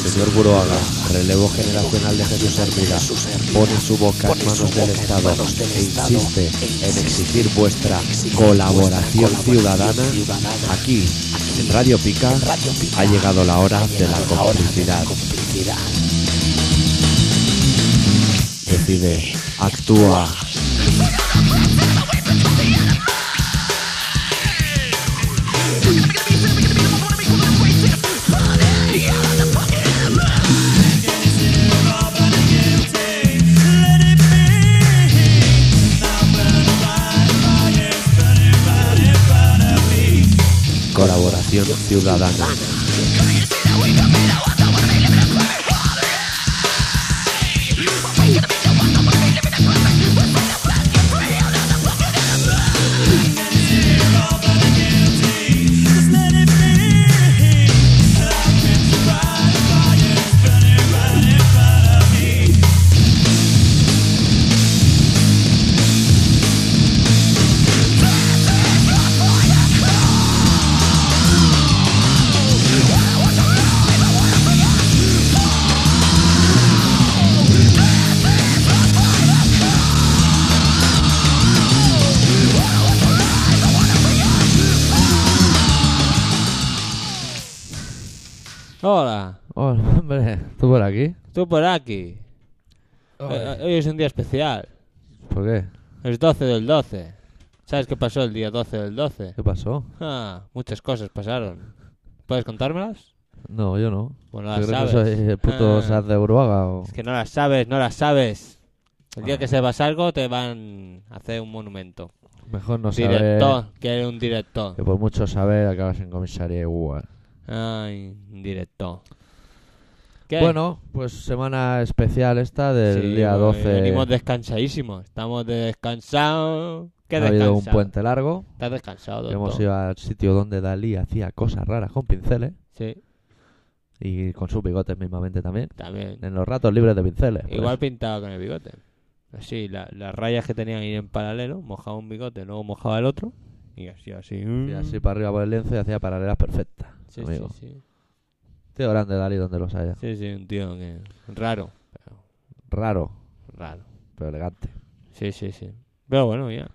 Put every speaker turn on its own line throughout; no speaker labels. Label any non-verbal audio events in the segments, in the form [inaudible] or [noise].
Arzuaga, relevo generacional de Jesús Hermida, pone su boca en manos del Estado e insiste en exigir vuestra colaboración ciudadana. Aquí, en Radio Pica, ha llegado la hora de la complicidad. Decide, actúa. Colaboración ciudadana.
Hola,
Hola, [laughs] hombre, ¿tú por aquí?
tú por aquí. Eh, Hoy es un día especial.
¿Por qué?
Es 12 del 12. ¿Sabes qué pasó el día 12 del 12?
¿Qué pasó?
Ah, muchas cosas pasaron. ¿Puedes contármelas?
No, yo no.
Pues no las
Yo creo que
sabes.
soy el puto
Ah.
Saz de Uruaga o...
Es que no las sabes, no las sabes. El día
Ah.
que sepas algo te van a hacer un monumento.
Mejor no saber...
Director, que eres un director.
Que por mucho saber acabas en comisaría igual.
Ay, un director. ¿Qué?
Bueno, pues semana especial esta
Sí,
del día
bueno,
12.
Venimos descansadísimos. Estamos descansados. ¿Qué
ha habido un
descansado?
puente largo.
Estás descansado, doctor.
Hemos ido al sitio donde Dalí hacía cosas raras con pinceles
Sí,
y con sus bigotes mismamente también.
también.
En los ratos libres de pinceles. Pues, por
Igual pintaba con el bigote. Así, la- las rayas que tenían ir en paralelo, mojaba un bigote, luego mojaba el otro. Y así, así.
eso. Y
mm.
así para arriba por el lienzo y hacía paralelas perfectas.
Sí,
amigo.
sí, sí.
Tío grande Dalí donde los haya.
Sí, sí, un tío que... Raro,
Raro,
raro.
pero elegante.
Sí, sí, sí. Pero bueno, ya.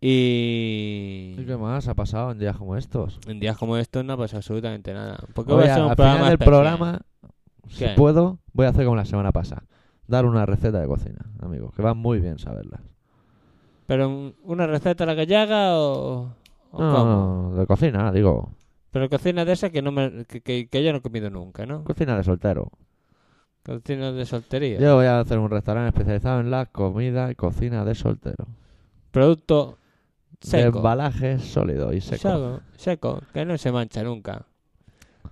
Y...
¿Y qué más ha pasado en días como estos?
En días como estos no pasa absolutamente nada. Porque
Voy
voy a hacer un
al
programa
final del
especial.
programa, si
¿Qué?
puedo, voy a hacer como la semana pasada. Dar una receta de cocina, amigos, que va muy bien saberla.
¿Pero un- una receta la que yo haga o...? o
No,
cómo?
no, de cocina, digo,
Pero cocina de esa que, no me, que, que- que yo no he comido nunca, ¿no?
cocina de soltero.
Cocina de soltería.
Yo voy a hacer un restaurante especializado en la comida y cocina de soltero.
Producto
De
seco.
embalaje sólido y seco.
Seco, seco, que no se mancha nunca.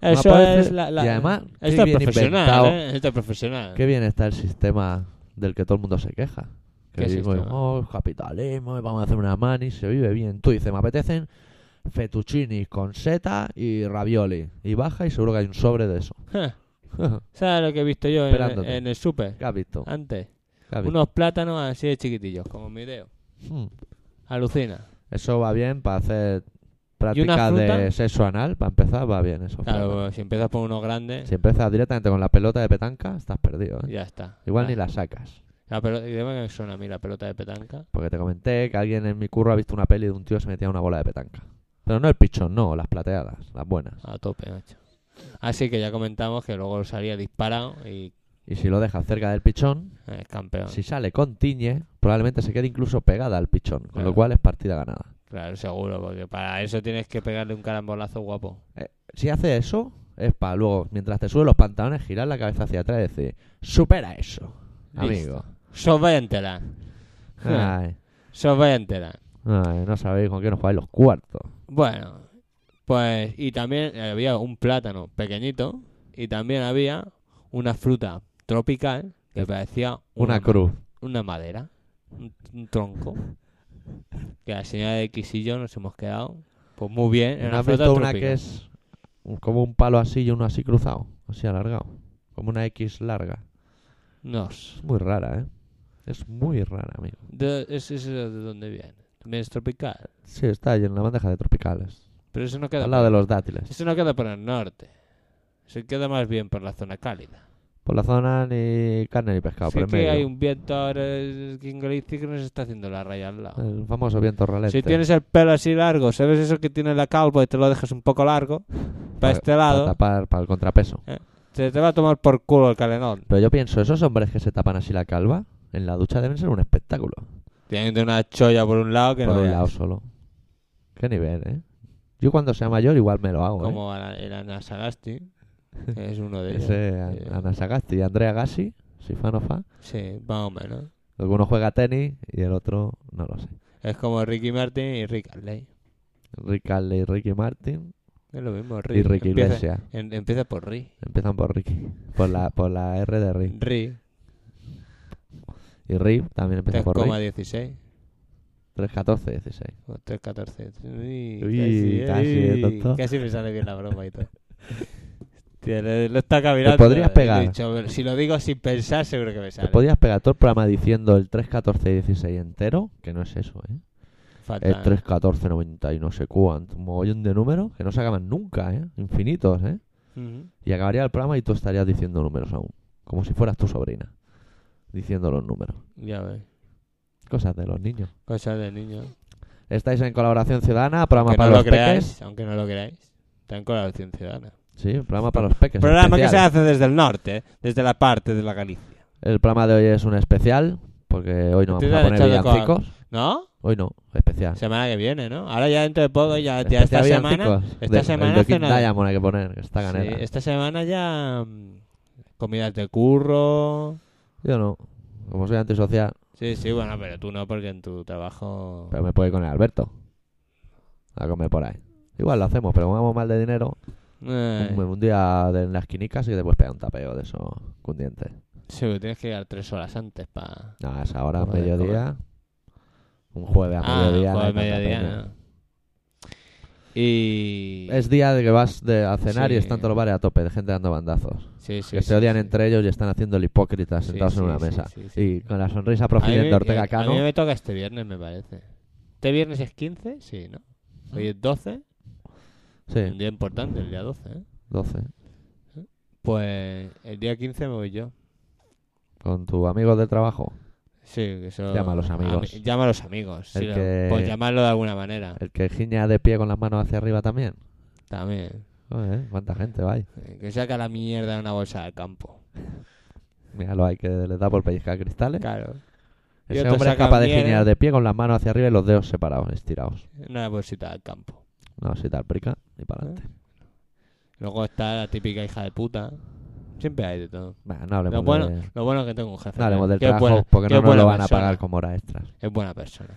Me
Eso
parece-
es la, la-
y además, qué
esto es
bien
profesional,
inventado.
¿eh? Esto es profesional.
Qué bien está el sistema del que todo el mundo se queja. Que
¿Qué
digo,
sistema?
oh, capitalismo, y vamos a hacer una mani, se vive bien. Tú dices, me apetecen fettuccini con seta y ravioli. Y baja y seguro que hay un sobre de eso. [laughs]
Ja,
¿Qué
¿Sabes lo que he visto yo en,
Esperándote.
en el súper
has visto?
antes?
¿Qué has visto?
Unos plátanos así de chiquitillos, como en mi dedo.
Hmm.
Alucina.
Eso va bien para hacer
una
práctica
fruta?
de sexo anal. Para empezar, va bien eso.
Claro, pues, si empiezas por unos grandes,
Si empiezas directamente con la pelota de petanca, estás perdido. ¿eh?
ya está.
Igual
Ya.
ni la sacas.
La pelota, ¿y de dónde me suena a mí la pelota de petanca?
Porque te comenté que alguien en mi curro ha visto una peli de un tío que se metía una bola de petanca. Pero no el pichón, no, las plateadas, las buenas.
A tope, macho. Así que ya comentamos que luego salía disparado y
Y si lo dejas cerca del pichón,
eh, campeón.
si sale con tiñe, probablemente se quede incluso pegada al pichón, con
Claro.
lo cual es partida ganada.
Claro, seguro, porque para eso tienes que pegarle un carambolazo guapo.
Si hace eso, es para luego, mientras te subes los pantalones, girar la cabeza hacia atrás y decir, supera eso, amigo.
Sos vaya entera.
Ay,
Sos vaya entera.
ay, no sabéis con quién os jugáis los cuartos.
Bueno, pues, y también había un plátano pequeñito y también había una fruta tropical que parecía
Una cruz.
una madera, un, un tronco. Que la señora de X y yo nos hemos quedado, pues muy bien, en
¿No
una
has
fruta
visto una
tropical.
que es un- como un palo así y uno así cruzado? Así alargado. Como una X larga.
Nos.
Es muy rara, ¿eh? Es muy rara, amigo.
De- es- es de donde viene. También es tropical.
Sí, está ahí en la bandeja de tropicales.
Pero eso no queda
Al lado
por-
de los dátiles.
Eso no queda por el norte. Se queda más bien por la zona cálida.
Por la zona ni carne ni pescado,
Sí
por el
que
medio.
hay un viento ahora eh, que ingolizzi que nos está haciendo la raya al lado.
El famoso viento ralente.
Si tienes el pelo así largo, ¿sabes eso que tiene la calva y te lo dejas un poco largo? Para este
para
lado,
tapar, para el contrapeso.
se te va a tomar por culo el calenón.
Pero yo pienso, esos hombres que se tapan así la calva, en la ducha deben ser un espectáculo.
Tienen de una cholla por un lado que
por
no
un
veas.
lado ¿eh? solo. Qué nivel, ¿eh? Yo cuando sea mayor igual me lo hago, ¿eh?
Como Ana- el Anasagasti, que es uno de ellos.
[laughs] Ese An-
Sí.
Ana Sagasti y Andrea Gassi, si fan o fa.
Sí, más o menos.
Uno juega tenis y el otro, no lo sé.
Es como Ricky Martin y Rick Astley.
Rick Astley, Ricky Martin
Es lo mismo,
y
Rick.
Ricky
empieza,
Iglesias.
en- empieza por Rick.
Empiezan por Ricky. Por la, por la R de Rick.
Rick,
Y Rick también empieza por Rick.
3,16.
3, 14, 16.
o 3,14. Pues Uy,
Uy, casi, eh,
uy,
tonto.
casi me sale bien la broma y
[laughs]
todo. Tío, le- lo está caminando.
Te podrías
he
pegar.
dicho, "Pero si lo digo sin pensar, seguro que me
Te
sale.
podías pegar todo el programa diciendo el 3, 14, 16 entero, que no es eso, ¿eh?
Fatal.
El 3, 14, 90 y no sé cuánto. Un mogollón de números que no se acaban nunca, ¿eh? Infinitos, ¿eh?
Ujú.
Y acabaría el programa y tú estarías diciendo números aún. Como si fueras tu sobrina. Diciendo los números.
Ya ves.
Cosas de los niños.
Cosas de niño.
Estáis en Colaboración Ciudadana, programa
Aunque
para
no lo
los peques.
creáis, aunque no lo creáis. Está en colaboración ciudadana.
Sí, programa para los peques.
Programa que se
especial.
hace desde el norte, eh, desde la parte de la Galicia.
El programa de hoy es un especial, porque hoy no
Te
vamos a
han
poner
echado de
villancicos.
¿No?
Hoy no, especial.
Semana que viene, ¿no? Ahora ya dentro de poco, ya, ya
Especial
esta semana.
villancicos.
esta
De-
semana
el de King
hacen a-
Diamond hay que poner, que está
Sí,
canela.
esta semana ya. mm, Comidas de curro.
Yo no, como soy antisocial,
Sí, sí, bueno, pero tú no, porque en tu trabajo.
pero me puedo ir con el Alberto a comer por ahí. Igual lo hacemos, pero como vamos mal de dinero,
Eh,
un, un día de en las quinicas y después pega un tapeo de esos cundientes.
sí, pero tienes que llegar tres horas antes para.
No, a esa hora,
Joder, Ah,
mediodía, un jueves a mediodía. no hay tanta
mediodía,
peña.
pues ¿no? Y.
Es día de que vas de- a cenar y
Sí.
están todos los bares a tope de gente dando bandazos.
sí, sí,
que
sí,
se odian
sí.
entre ellos y están haciendo el hipócrita
Sí,
sentados
sí,
en una
sí,
mesa.
sí, sí.
Y con la sonrisa
A mí
profilante
me-
de Ortega
a- A mí
Cano.
me toca este viernes, me parece. ¿Este viernes es 15? Sí, ¿no? Hoy es 12. Un
Sí,
día importante, el día 12. ¿eh?
12.
Pues el día 15 me voy yo.
Con tu amigo del trabajo.
Sí, que eso...
Llama a los amigos.
Ami- llama a los amigos.
El
sí, lo-
que-
Pues llamarlo de alguna manera.
El que giña de pie con las manos hacia arriba también.
También.
Joder, cuánta gente, vaya.
Eh, Que saca la mierda de una bolsa de campo.
Míralo hay que le da por pellizcar cristales.
Claro. y
Ese
otro
hombre es
saca
capaz de
mierda.
giñar de pie con las manos hacia arriba y los dedos separados, estirados.
Una bolsita de campo.
No, si tal prica, ni
¿Eh?
para adelante.
Luego está la típica hija de puta. Siempre hay de todo.
Nah, no hablemos
Lo bueno,
de-
lo bueno es que tengo un jefe.
no hablemos del
que
trabajo
es buena-
porque
que
no
es
nos
buena
lo van
persona.
a pagar como hora extra.
Es buena persona.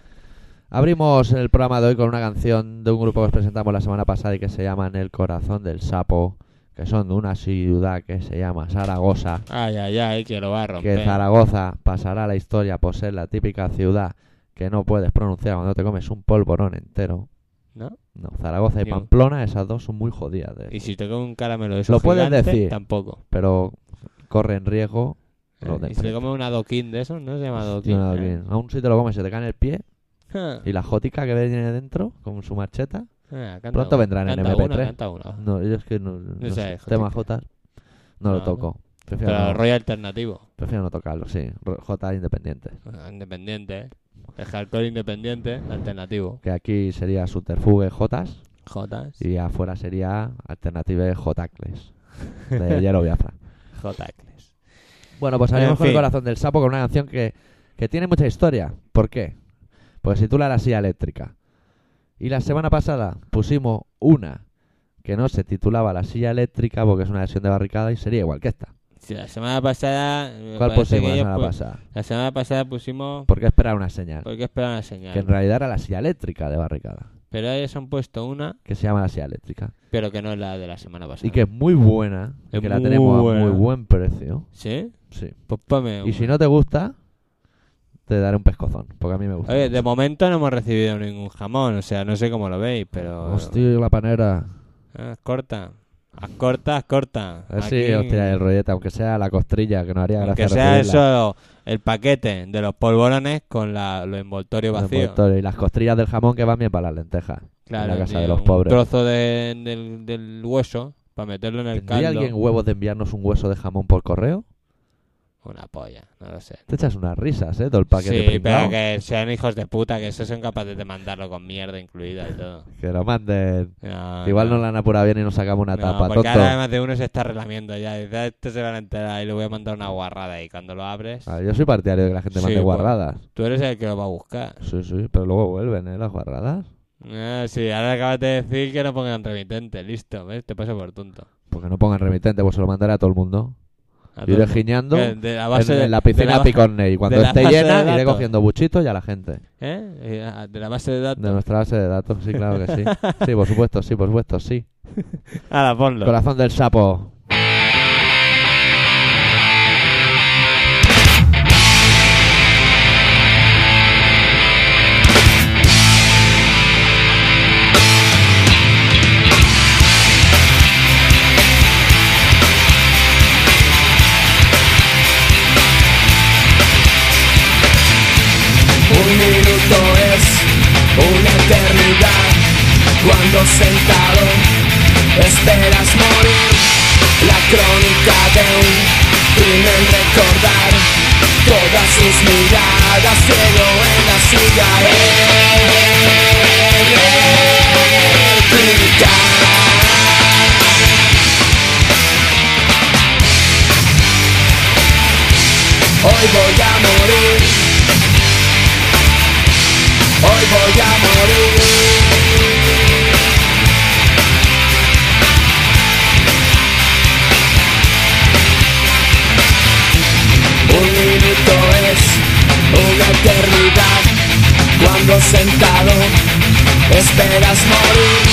Abrimos el programa de hoy con una canción de un grupo que os presentamos la semana pasada y que se llaman El Corazón del Sapo, que son de una ciudad que se llama Zaragoza,
Ay, ay, ay, que lo va a romper.
que Zaragoza pasará a la historia por ser la típica ciudad que no puedes pronunciar cuando te comes un polvorón entero.
¿No?
No, Zaragoza y
Ni un-
Pamplona, esas dos son muy jodidas, de-
Y si te come un caramelo de esos
Lo puedes
gigantes,
decir.
Tampoco.
pero corren riesgo. lo
Eh, Y si
de
te
enfrente.
come un adoquín de esos, no se llama
Hostia,
adoquín.
nada
eh.
bien. Aún si te lo comes, se te cae en el pie
Ja.
y la jótica que viene dentro con su marcheta.
[laughs] Ah, canta
Pronto
una,
vendrán en
canta
MP3.
una, canta una.
No, yo es que no, no
sé,
sé.
hijo,
Tema
tío.
J no lo
Ah, No,
toco. Prefiero,
Pero
no,
rollo alternativo.
prefiero no tocarlo, sí. Ro- J independiente.
Independiente. ¿eh? El hardcore independiente, alternativo.
Que aquí sería subterfuge Jotas
Jotas.
y afuera sería alternative Jotacles. De Yellow Biafra.
Jotacles.
[laughs] Bueno, pues salimos
En
con el
fin.
corazón del sapo con una canción que, que tiene mucha historia. ¿Por qué? Pues se titula La silla eléctrica. Y la semana pasada pusimos una que no se titulaba La silla eléctrica porque es una versión de barricada y sería igual que esta.
Sí, la semana pasada. me
¿Cuál
parece pues.
pusimos
que
la
yo
semana
pu-
pasada?
la semana pasada pusimos.
¿Por qué esperar una señal?
¿Por qué esperar una señal?
Que en realidad era la silla eléctrica de barricada.
Pero ellos han puesto una,
Que se llama la silla eléctrica.
pero que no es la de la semana pasada.
Y que es muy buena.
Es
que la
muy
tenemos a
buena.
muy buen precio.
¿Sí?
Sí.
Pues ponme
Y
una.
si no te gusta, te daré un pescozón. Porque a mí me gusta.
Oye,
mucho.
de momento no hemos recibido ningún jamón, o sea, no sé cómo lo veis, pero.
Hostia, la panera.
Ah, corta. Haz corta, haz corta.
A ver si
Aquí-
os tiráis Eh, el rollete, aunque sea la costrilla, que nos haría gracia.
Aunque sea
recibirla.
eso, el paquete de los polvorones con la, los envoltorios
Los
vacíos.
envoltorios Y las costrillas del jamón que van bien para las lentejas.
Claro,
en la casa
tío,
de los
un
pobres.
trozo de- del, del hueso para meterlo en el
¿Tendría
caldo.
alguien huevos de enviarnos un hueso de jamón por correo?
Una polla, no lo sé.
Te echas unas risas, ¿eh? Todo el paquete
sí,
pringao.
pero que sean hijos de puta, que eso son capaces de mandarlo con mierda incluida y todo.
Que lo manden.
No,
Igual no
no
la han apurado bien y nos sacamos una
No,
tapa,
porque
tonto.
ahora además de uno se está relamiendo ya. Dice, esto se van a enterar y le voy a mandar una guarrada. Y cuando lo abres,
Ah, yo soy partidario de que la gente
Sí,
mande
pues.
guarradas.
tú eres el que lo va a buscar.
Sí, sí, pero luego vuelven, ¿eh? Las guarradas.
Ah, sí, ahora acabas de decir que no pongan remitente. Listo, ¿ves? Te paso por tonto.
Porque no pongan remitente, pues se lo mandará a todo el mundo.
A
Yo iré
todo el
giñando
mundo.
en,
Que de la base
en
de-
la piscina
de la-
Picornell. Cuando
de la
esté
base de
llena, iré
datos.
cogiendo buchitos y a la gente.
¿Eh? Y, ah, De la base de datos.
De nuestra base de datos, sí, claro
[laughs]
que sí. Sí, por supuesto, sí, por supuesto, sí.
Ahora ponlo.
Corazón del sapo.
Un minuto es una eternidad cuando sentado esperas morir. La crónica de un crimen recordar todas sus miradas ciego en la silla eléctrica. Hoy voy a morir. Hoy voy a morir. Un minuto es una eternidad cuando sentado esperas morir.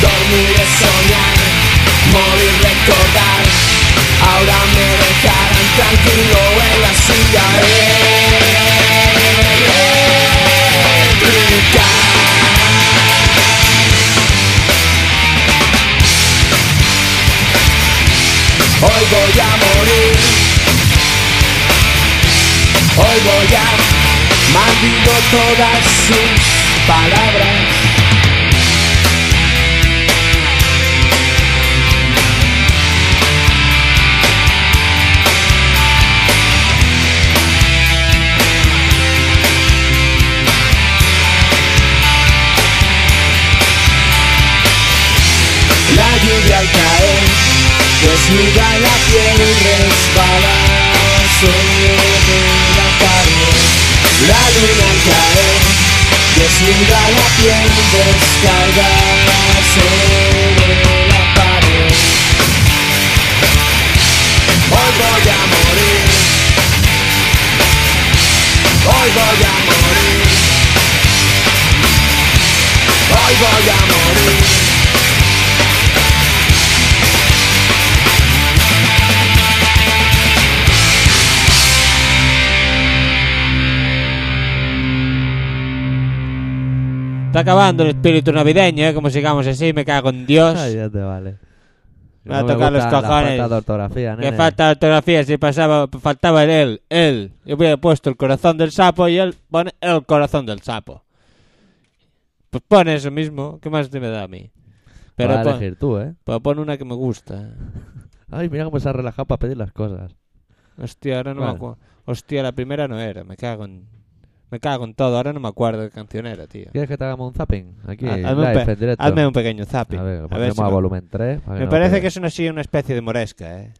Dormir es soñar, morir recordar. Ahora me dejarán tranquilo en la silla eléctrica. Hoy voy a morir. Hoy voy a maldigo todas sus palabras. La lluvia al caer desnuda la piel y resbala sobre la pared. La luna al caer desnuda la piel y descarga sobre la pared. Hoy voy a morir. Hoy voy a morir. Hoy voy a morir.
Está acabando el espíritu navideño, ¿eh? Como sigamos así, me cago en Dios.
Ay, ya te vale.
Pues Me va a tocar los cojones.
La ortografía,
Que
nene.
falta de ortografía, si pasaba, faltaba el él, él. Yo hubiera puesto el corazón del sapo y él pone el corazón del sapo. Pues pone eso mismo, ¿qué más te me da a mí? Pero pues
Vas a
pon,
elegir tú, ¿eh?
pero pon una que me gusta.
Ay, mira cómo se ha relajado para pedir las cosas.
Hostia, ahora no me
Vale.
acuerdo. Hostia, la primera no era, me cago en... Me cago en todo, ahora no me acuerdo de cancionera, tío.
¿Quieres que te hagamos un zapping? Aquí,
Ha- hazme, un
live,
pe-
en directo.
hazme un pequeño zapping.
A ver, lo
A ver
ponemos
si
a
me-
volumen 3.
me parece que es una, así una especie de moresca, ¿eh?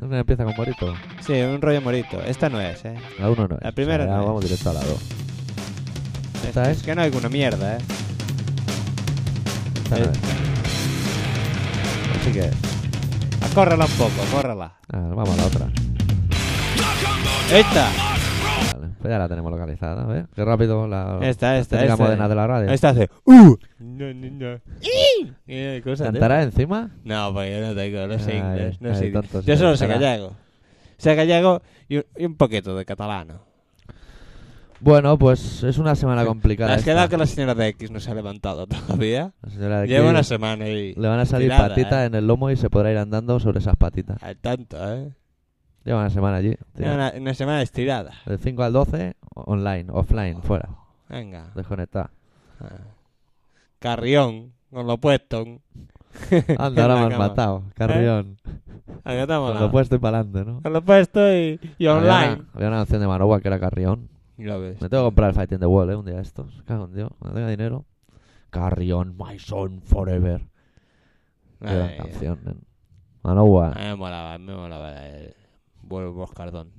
Empieza con Morito.
Sí, un rollo morito. Esta no es, ¿eh?
La 1 no es.
La primera
O sea, ya
no es.
Vamos directo a la 2.
Es,
Esta
es que no hay una mierda, ¿eh?
Esta no
Eh.
es. Así que,
Acórrala un poco, acórrala.
ah, vamos a la otra.
Esta,
Vale, pues ya la tenemos localizada. ¿ves? Qué rápido la.
esta, esta.
la
esta,
moderna de la radio.
esta hace. ¡Uh! No, no, no. ¡Ih! Eh, cosa de-
¿Cantará encima?
No, pues yo no tengo, no sé
Ay,
inglés. No
ay,
sé inglés.
tonto, sí,
Yo solo sé
será.
gallego. Sé gallego y un, y un poquito de catalano.
Bueno, pues es una semana complicada.
¿Has
esta.
quedado que la señora de X no se ha levantado todavía?
La señora de
Lleva
aquí
una semana y.
Le van a salir
tirada,
patitas
¿eh?
en el lomo y se podrá ir andando sobre esas patitas.
Al tanto, ¿eh?
Lleva una semana allí. tío.
Lleva Una, una semana estirada.
Del 5 al 12, online, offline, fuera.
Venga.
Desconectar.
Carrión, con lo puesto.
Anda, ahora
[laughs] En la
me has
cama.
matado. Carrión.
Aquí estamos.
Con
nada.
lo puesto y para adelante, ¿no?
Con lo puesto y, y
Había
online.
una, había una canción de Manowar que era Carrión.
Ya ves.
Me tengo que comprar el Fight in the Wall, ¿eh? Un día de estos. Cago en Dios. Cuando tenga dinero. Carrión, my son forever. Qué gran
Ay,
canción, nen. Manowar.
a mí Ah, me molaba, me molaba el vuelvo Oscardón.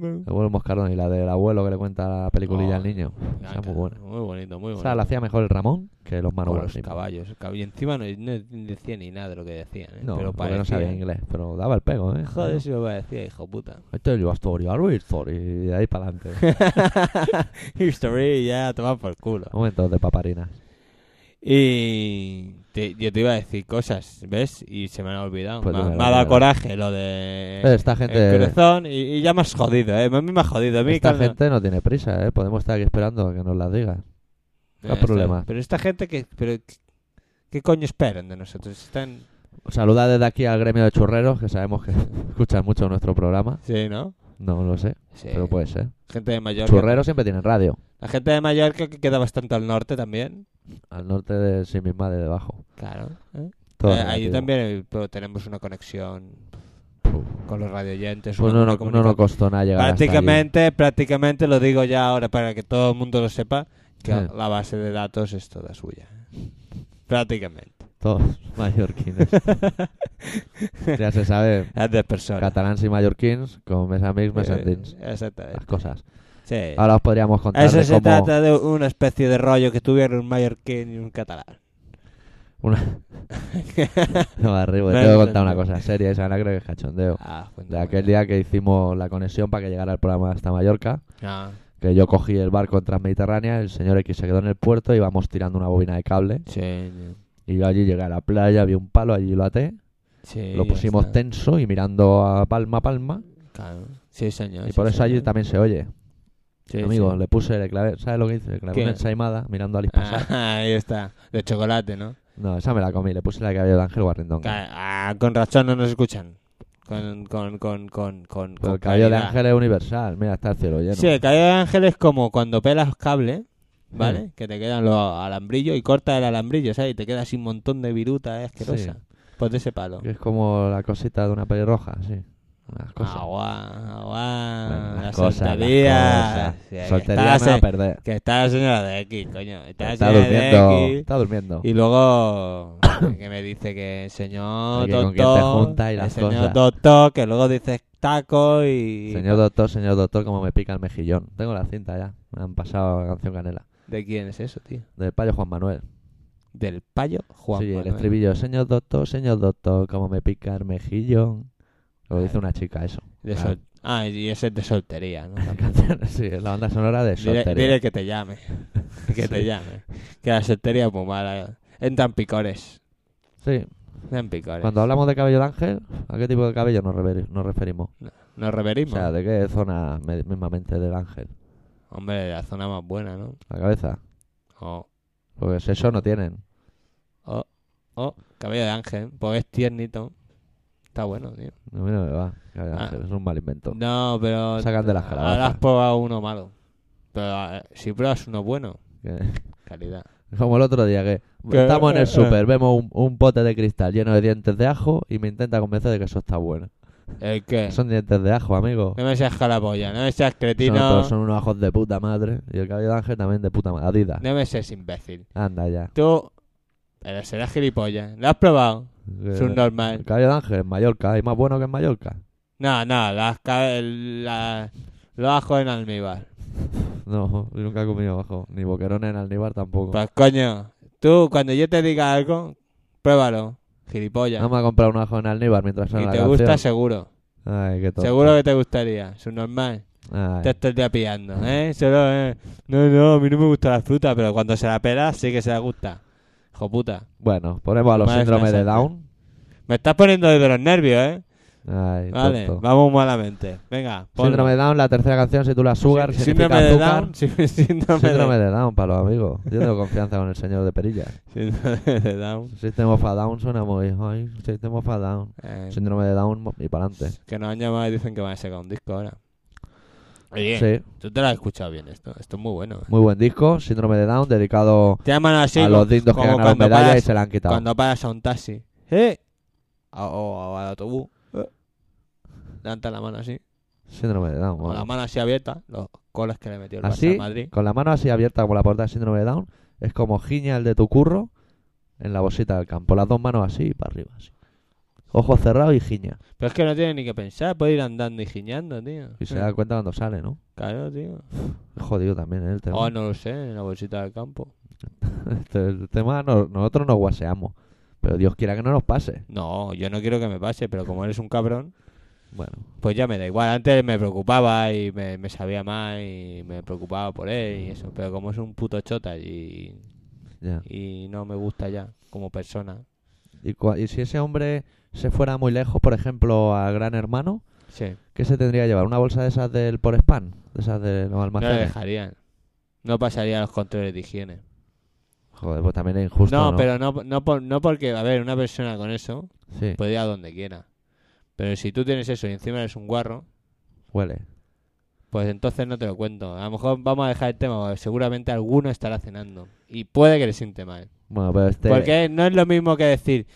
El abuelo Moscardón y la del abuelo que le cuenta la peliculilla al
Ay,
niño. Esa es muy buena.
Ah, Muy bonito, muy
O
Oh, bonito.
sea, la hacía mejor el Ramón que los
Con
Manowar.
los
sí.
caballos. el cab- Y encima no, no decía ni nada de lo que decían. ¿eh?
No,
pero
porque
parecía.
no sabía inglés, pero daba el pego, ¿eh?
Joder, si lo parecía, hijo
[laughs]
puta. [laughs]
Esto es story, Arby story, y de ahí para adelante.
History ya tomado por culo.
Momentos de paparinas.
Y te- yo te iba a decir cosas, ¿ves? Y se me han olvidado.
Pues
me,
dímelo,
me ha dado
dímelo. Eh,
coraje lo de.
Esta gente-
El cruzón y, y ya me has jodido, ¿eh? A mí me ha jodido. A mí,
Esta
cuando-
gente no tiene prisa, ¿eh? Podemos estar aquí esperando a que nos las diga. no hay
Eh, está-
problema.
Pero esta gente que. Pero, ¿Qué coño esperan de nosotros? Están.
Saluda desde aquí al gremio de churreros, que sabemos que [laughs] escuchan mucho nuestro programa.
Sí, ¿no?
No lo sé,
Sí.
pero puede ser.
Gente de Mallorca.
Churreros siempre tienen radio.
La gente de Mallorca que queda bastante al norte también.
Al norte de sí misma, de debajo.
Claro.
Todo
ahí
relativo.
también eh, pero tenemos una conexión con los radioyentes.
Pues
una-
no,
una
no, no
comunicación.
nos costó nada llegar hasta allí.
prácticamente, prácticamente lo digo ya ahora para que todo el mundo lo sepa, que
Sí.
la base de datos es toda suya. Prácticamente.
Todos mallorquines.
[laughs]
ya se sabe,
Es de personas.
catalans y mallorquins, con mes amics, mes
Eh,
entins. Las
Exactamente.
cosas.
Sí.
Ahora os podríamos contar
Eso
de
se
cómo
trata de una especie de rollo que tuvieron un mallorquín y un catalán.
[laughs]
[laughs]
una- No, arriba,
No
tengo que
es
contar una
tanto.
cosa seria, esa creo que es cachondeo.
Ah, cuenta,
De aquel
cuenta.
día que hicimos la conexión para que llegara el programa hasta Mallorca,
Ah,
que yo cogí el barco en Transmediterránea, el señor X se quedó en el puerto, íbamos tirando una bobina de cable,
sí,
y yo allí llegué a la playa, vi un palo, allí lo até,
sí,
lo
ya
pusimos
está.
tenso y mirando a palma a palma,
Claro. Sí, señor.
y
sí,
por eso allí
señor.
también se oye.
Sí,
Amigo,
sí.
le puse, le clavé, ¿sabes lo que hice? Le clavé
¿Qué?
una ensaimada mirando a Alice pasar.
Ah, [laughs] ahí está. De chocolate, ¿no?
No, esa me la comí, le puse la que había de Ángel Guarrindón.
Ca- ah, con razón no nos escuchan. Con, con, con, con, con,
Pero
con
el cabello de
calidad.
Ángel es universal, mira, está el cielo lleno.
Sí, el cabello de ángel es como cuando pelas cable, ¿vale?
Sí.
Que te quedan los alambrillos y cortas el alambrillo, ¿sabes? Y te queda así un montón de viruta, es asquerosa. Pues de ese palo.
Que es como la cosita de una pelirroja, sí.
Ah,
Las cosas.
Agua, agua.
Bueno,
la
las cosas, las
soltería.
cosas.
Sí, que
Soltería
está la
me va a
se-
perder.
Que está la señora de aquí, coño. Está la
Está
señora de
durmiendo.
aquí.
Está durmiendo.
Y luego [coughs] que me dice que el señor
Oye, con
doctor,
quién te juntas y
el
las
señor
cosas.
doctor, que luego dices taco y
Señor doctor, señor doctor, como me pica el mejillón. Tengo la cinta ya. Me han pasado la canción canela.
¿de quién es eso, tío?
Del payo Juan Manuel.
Del payo Juan
sí, el
Manuel.
estribillo. Señor doctor, señor doctor, como me pica el mejillón. Lo
Vale.
dice una chica, eso.
De
Claro.
sol- Ah, y ese es de soltería,
[laughs]
¿no?
La canción, sí, es la banda sonora de
Dile,
Soltería.
dile que te
[laughs]
llame. Que te llame. Que la soltería es muy mala. Entran picores.
Sí,
Entran picores.
cuando hablamos de cabello de ángel, ¿a qué tipo de cabello nos, rever- nos referimos?
Nos
O
reverimos.
sea, ¿de qué zona me- mismamente del ángel?
Hombre, de la zona más buena, ¿no?
¿La cabeza?
Oh,
Porque eso no tienen.
oh, oh. Cabello de ángel. Pues es tiernito. Está bueno, tío.
A mí no me va. cabello de
Ah.
ángel, Es un mal invento.
No, pero.
Sacan de las
Ahora has
calabazas.
probado uno malo. Pero eh, si pruebas uno bueno,
Que- [laughs]
calidad.
Como el otro día que
Que-
estamos en
eh, [laughs]
el
eh.
súper, vemos un, un pote de cristal lleno de dientes de ajo y me intenta convencer de que eso está bueno.
¿El qué?
Son dientes de ajo, amigo.
No Eh. me seas calapolla, no me seas
Son,
cretino,
otros- son unos ajos de puta madre. Y el cabello de ángel también de puta madre. Adidas.
no me seas imbécil.
Anda ya.
Tú, pero serás gilipollas. ¿Lo has probado? Es un
El
normal.
cabello de ángel en Mallorca. ¿Hay más bueno que en Mallorca?
No, no, las, ca- el- la- los ajos en almíbar.
No, yo nunca he comido ajo. Ni boquerones en alníbar tampoco.
Pues coño, tú cuando yo te diga algo, pruébalo, gilipollas.
Vamos a comprar un ajo en alníbar mientras suena
y
la
te
canción.
gusta seguro.
Ay, qué tonto.
Seguro que te gustaría, es un normal.
Ay.
Te estoy pillando, ¿eh? Solo, eh, No, no, a mí no me gusta la fruta, pero cuando se la pela sí que se la gusta. Hijo puta.
Bueno, ponemos a los
Madre
síndromes de
mía,
Down.
Me estás poniendo de los nervios, ¿eh?
Ay,
Vale,
tonto.
vamos malamente. Venga, ponlo.
Síndrome de Down, la tercera canción, si tú la sugar,
Sí-
significa
síndrome de
azúcar.
Down. sí- [laughs] Síndrome,
Síndrome
de,
de Down para los amigos. Yo tengo confianza con el señor de Perilla.
síndrome de Down.
System of a Down suena muy... Ay, System of a Down.
Eh,
Síndrome de Down mo- y para adelante.
que nos han llamado y dicen que van a sacar un disco ahora. Oye,
Sí,
tú te lo has escuchado bien esto. Esto es muy bueno. eh.
muy buen disco, Síndrome de Down, dedicado
Te llaman así
a
como-
los dindos que
como
ganaron
cuando
medallas y
paras-
se la han quitado.
Cuando paras a un taxi. ¿Eh? O, o- o al autobús. ¿Eh? Levanta la mano así.
Síndrome de Down.
Con la
bueno.
mano así abierta. Los coles que le metió el Barça
Así,
al Madrid.
con la mano así abierta como la puerta de Síndrome de Down, es como giña el de tu curro en la bolsita del campo. Las dos manos así y para arriba. Así. Ojos cerrados y giña.
Pero es que no tiene ni que pensar. Puede ir andando y giñando, tío.
Y se da cuenta cuando sale, ¿no?
Claro, tío.
Es Jodido también ¿eh? el tema.
Oh, no lo sé. En la bolsita del campo.
Este- el tema no- nosotros nos guaseamos. Pero Dios quiera que no nos pase.
No, yo no quiero que me pase. Pero como eres un cabrón.
Bueno,
Pues ya me da igual, antes me preocupaba y me, me sabía más y me preocupaba por él y eso, pero como es un puto chota y,
ya.
y no me gusta ya como persona.
Y, cua- y si ese hombre se fuera muy lejos, por ejemplo, al gran hermano,
Sí,
¿qué se tendría que llevar? ¿Una bolsa de esas del por spam? De esas de los
no le
almacenes.
dejarían. No pasaría los controles de higiene.
Joder, pues también es injusto. No,
no, pero no, no, por- no porque, a ver, una persona con eso
Sí,
puede ir a donde quiera. Pero si tú tienes eso y encima eres un guarro,
huele.
pues entonces no te lo cuento. A lo mejor vamos a dejar el tema, porque seguramente alguno estará cenando y puede que le siente mal.
Bueno, pero este.
Porque no es lo mismo que decir,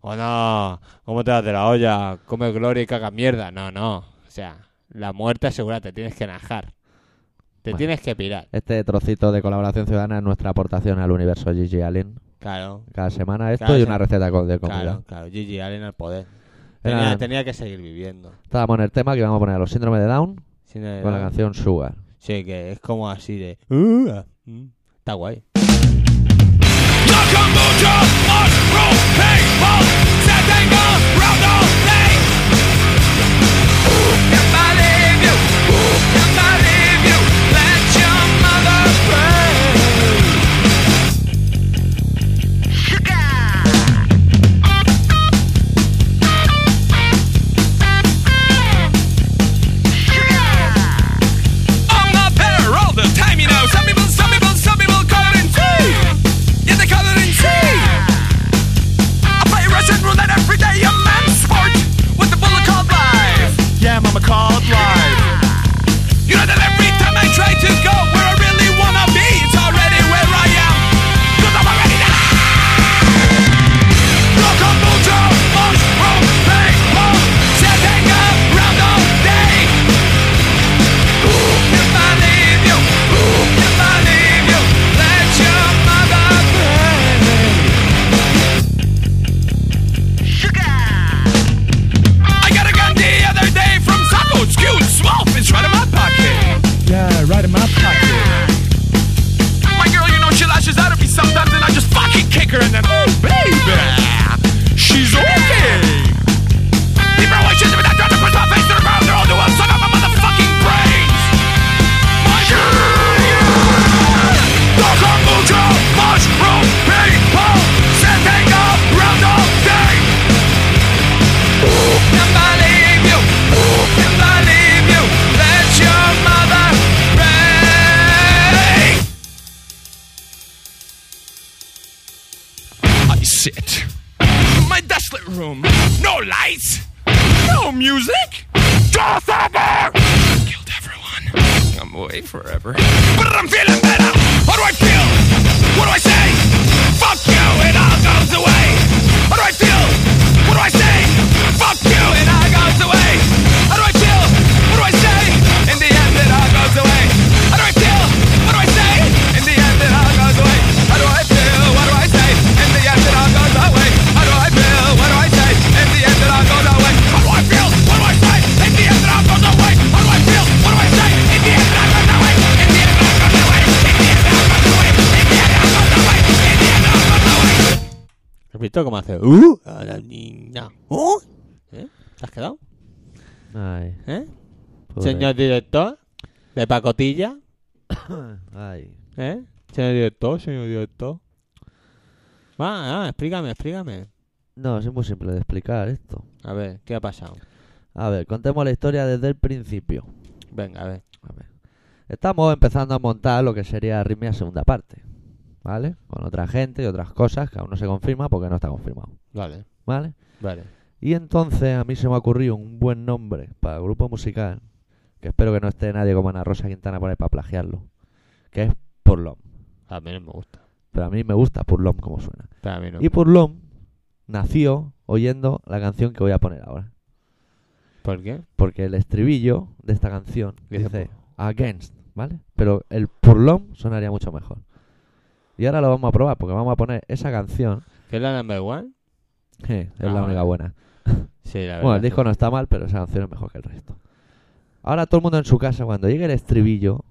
oh no, ¿cómo te das de la olla? Come gloria y caga mierda. No, no. O sea, la muerte asegura, te tienes que najar. Te
Bueno.
tienes que pirar.
Este trocito de colaboración ciudadana es nuestra aportación al universo Gigi Allen.
Claro,
Cada semana esto
Cada
y
se-
una receta con- de comida.
claro, claro. Gigi Allen al poder.
Era-
Tenía, tenía que seguir viviendo.
Estábamos en el tema que íbamos a poner los síndromes de Down
Si no era-
con la canción Sugar.
Sí, que es como así de... "Uh, ah, mm". está guay.
Yeah, I'm a called life. You know that every time I try to go where I really wanna be, it's already where I am. Cause I'm already there. Rock on mojo, mushroom, paintball, sitting around all day. Ooh, if I leave you, ooh, if I leave you, let your mother pray. Sugar. I got a gun the other day from Sapo. It's cute, small, it's right in my pocket. Yeah, right in my pocket. My girl, you know she lashes out at me sometimes, and I just fucking kick her, and then oh baby, she's okay. People always chasing me down, trying to push my face to the ground. They're all doing son of my motherfucking brains. My girl, Dog mucho, mushroom, people, sitting around all day. Can't believe you, can't believe you let your mother break. I sit in my desolate room, no lights, no music, just a bear. Killed everyone. I'm away forever, but I'm feeling better. How do I feel? What do I say? Fuck you, it all goes away. How do I feel? What do I say? Fuck you, it all goes away. How do I feel? What do I say? In the end, it all goes away. How do I feel? What do I say? In the end, it all goes away. How do I feel? What do I say? In the end, it all goes away. How do I feel? What do I say? In the end, it all goes away. How do I feel? What do I say? In the end, it all goes away. How do I feel? What do I say? In the end, it all goes away. In the end, it all goes away. In the end, it all goes away. In the end, it all goes away. In the end, it all goes away.
¿Has visto cómo hace? "Uh, a la niña, uh"? ¿Eh? ¿Te has quedado?
Ay,
¿Eh?
pobre.
Señor director de pacotilla.
[laughs] Ay.
¿Eh? Señor director, señor director. Va, ah, explícame, explícame.
No, es muy simple de explicar esto.
A ver, ¿qué ha pasado?
A ver, contemos la historia desde el principio.
Venga, a ver.
A ver. Estamos empezando a montar lo que sería Ritmia segunda parte. ¿Vale? Con otra gente y otras cosas que aún no se confirma porque no está confirmado.
Vale,
¿Vale?
vale.
Y entonces a mí se me ha ocurrido un buen nombre para el grupo musical Que espero que no esté nadie como Ana Rosa Quintana por ahí para plagiarlo. Que es Purlom.
A mí no me gusta.
Pero a mí me gusta Purlom como suena.
Pero a mí no.
Y Purlom nació oyendo la canción que voy a poner ahora.
¿Por qué?
Porque el estribillo de esta canción
Dice
dice, against, ¿vale? Pero el Purlom sonaría mucho mejor. Y ahora lo vamos a probar porque vamos a poner esa canción.
¿Que es la number one?
je, es
Ah,
la
vale.
única buena.
Sí, la verdad.
Bueno, el disco no está mal, pero esa canción es mejor que el resto. Ahora todo el mundo en su casa, cuando llegue el estribillo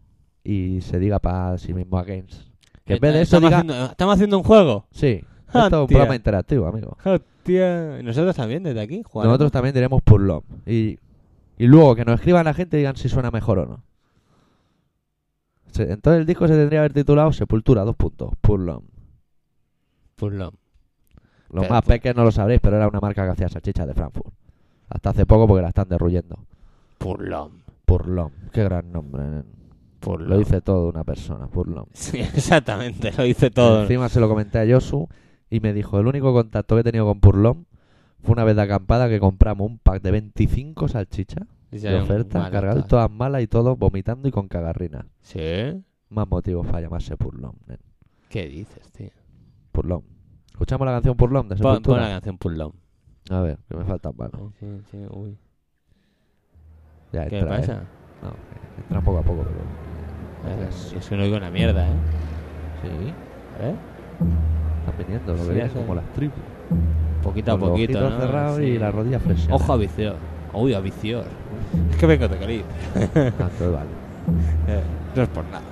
y se diga para sí mismo a Games. Que en vez de eso
Estamos
diga...
haciendo- Estamos haciendo un juego.
Sí,
Ah,
esto es un
tía.
programa interactivo, amigo.
Hostia. ¿Y Nosotros también desde aquí. jugaremos?
Nosotros también diremos Purlom. Y, y luego que nos escriban la gente y digan si suena mejor o no. Se- Entonces el disco se tendría que haber titulado Sepultura, dos puntos, Purlom.
Furlong.
Los
Pero
más
pu-
pequeños no lo sabréis, pero era una marca que hacía salchichas de Frankfurt. Hasta hace poco porque la están derruyendo.
Furlong.
Purlom, qué gran nombre. nen. Lo
Furlong.
dice todo una persona, Purlom.
Sí, [laughs] exactamente. Lo dice todo.
Encima se lo comenté a Yosu y me dijo, el único contacto que he tenido con Purlom fue una vez de acampada que compramos un pack de 25 salchichas
Y
de
salen
ofertas,
maletas.
cargadas todas malas y todos vomitando y con cagarrina.
Sí.
Más motivos para llamarse Purlom. nen.
¿Qué dices, tío?
Purlom. Escuchamos la canción Purlom de
Pon, pon la
Sepultura.
canción Furlong.
A ver, que me faltan manos.
Sí, sí, uy.
Ya
¿Qué
entra, ¿eh?
pasa?
No, entra poco a poco, pero...
Eh, Es que no oigo una mierda, ¿eh?
Sí,
A ver.
están viniendo, lo
Sí,
que viene
ya sé.
como las tribus.
Poquito a
Con los
poquito,
ojitos
¿no?
cerrados
Sí.
y las rodillas flexionadas.
Ojo a Vicior. Uy, a Vicior. Es que vengo de Cali.
Tanto vale.
Eh, no es por nada. [laughs]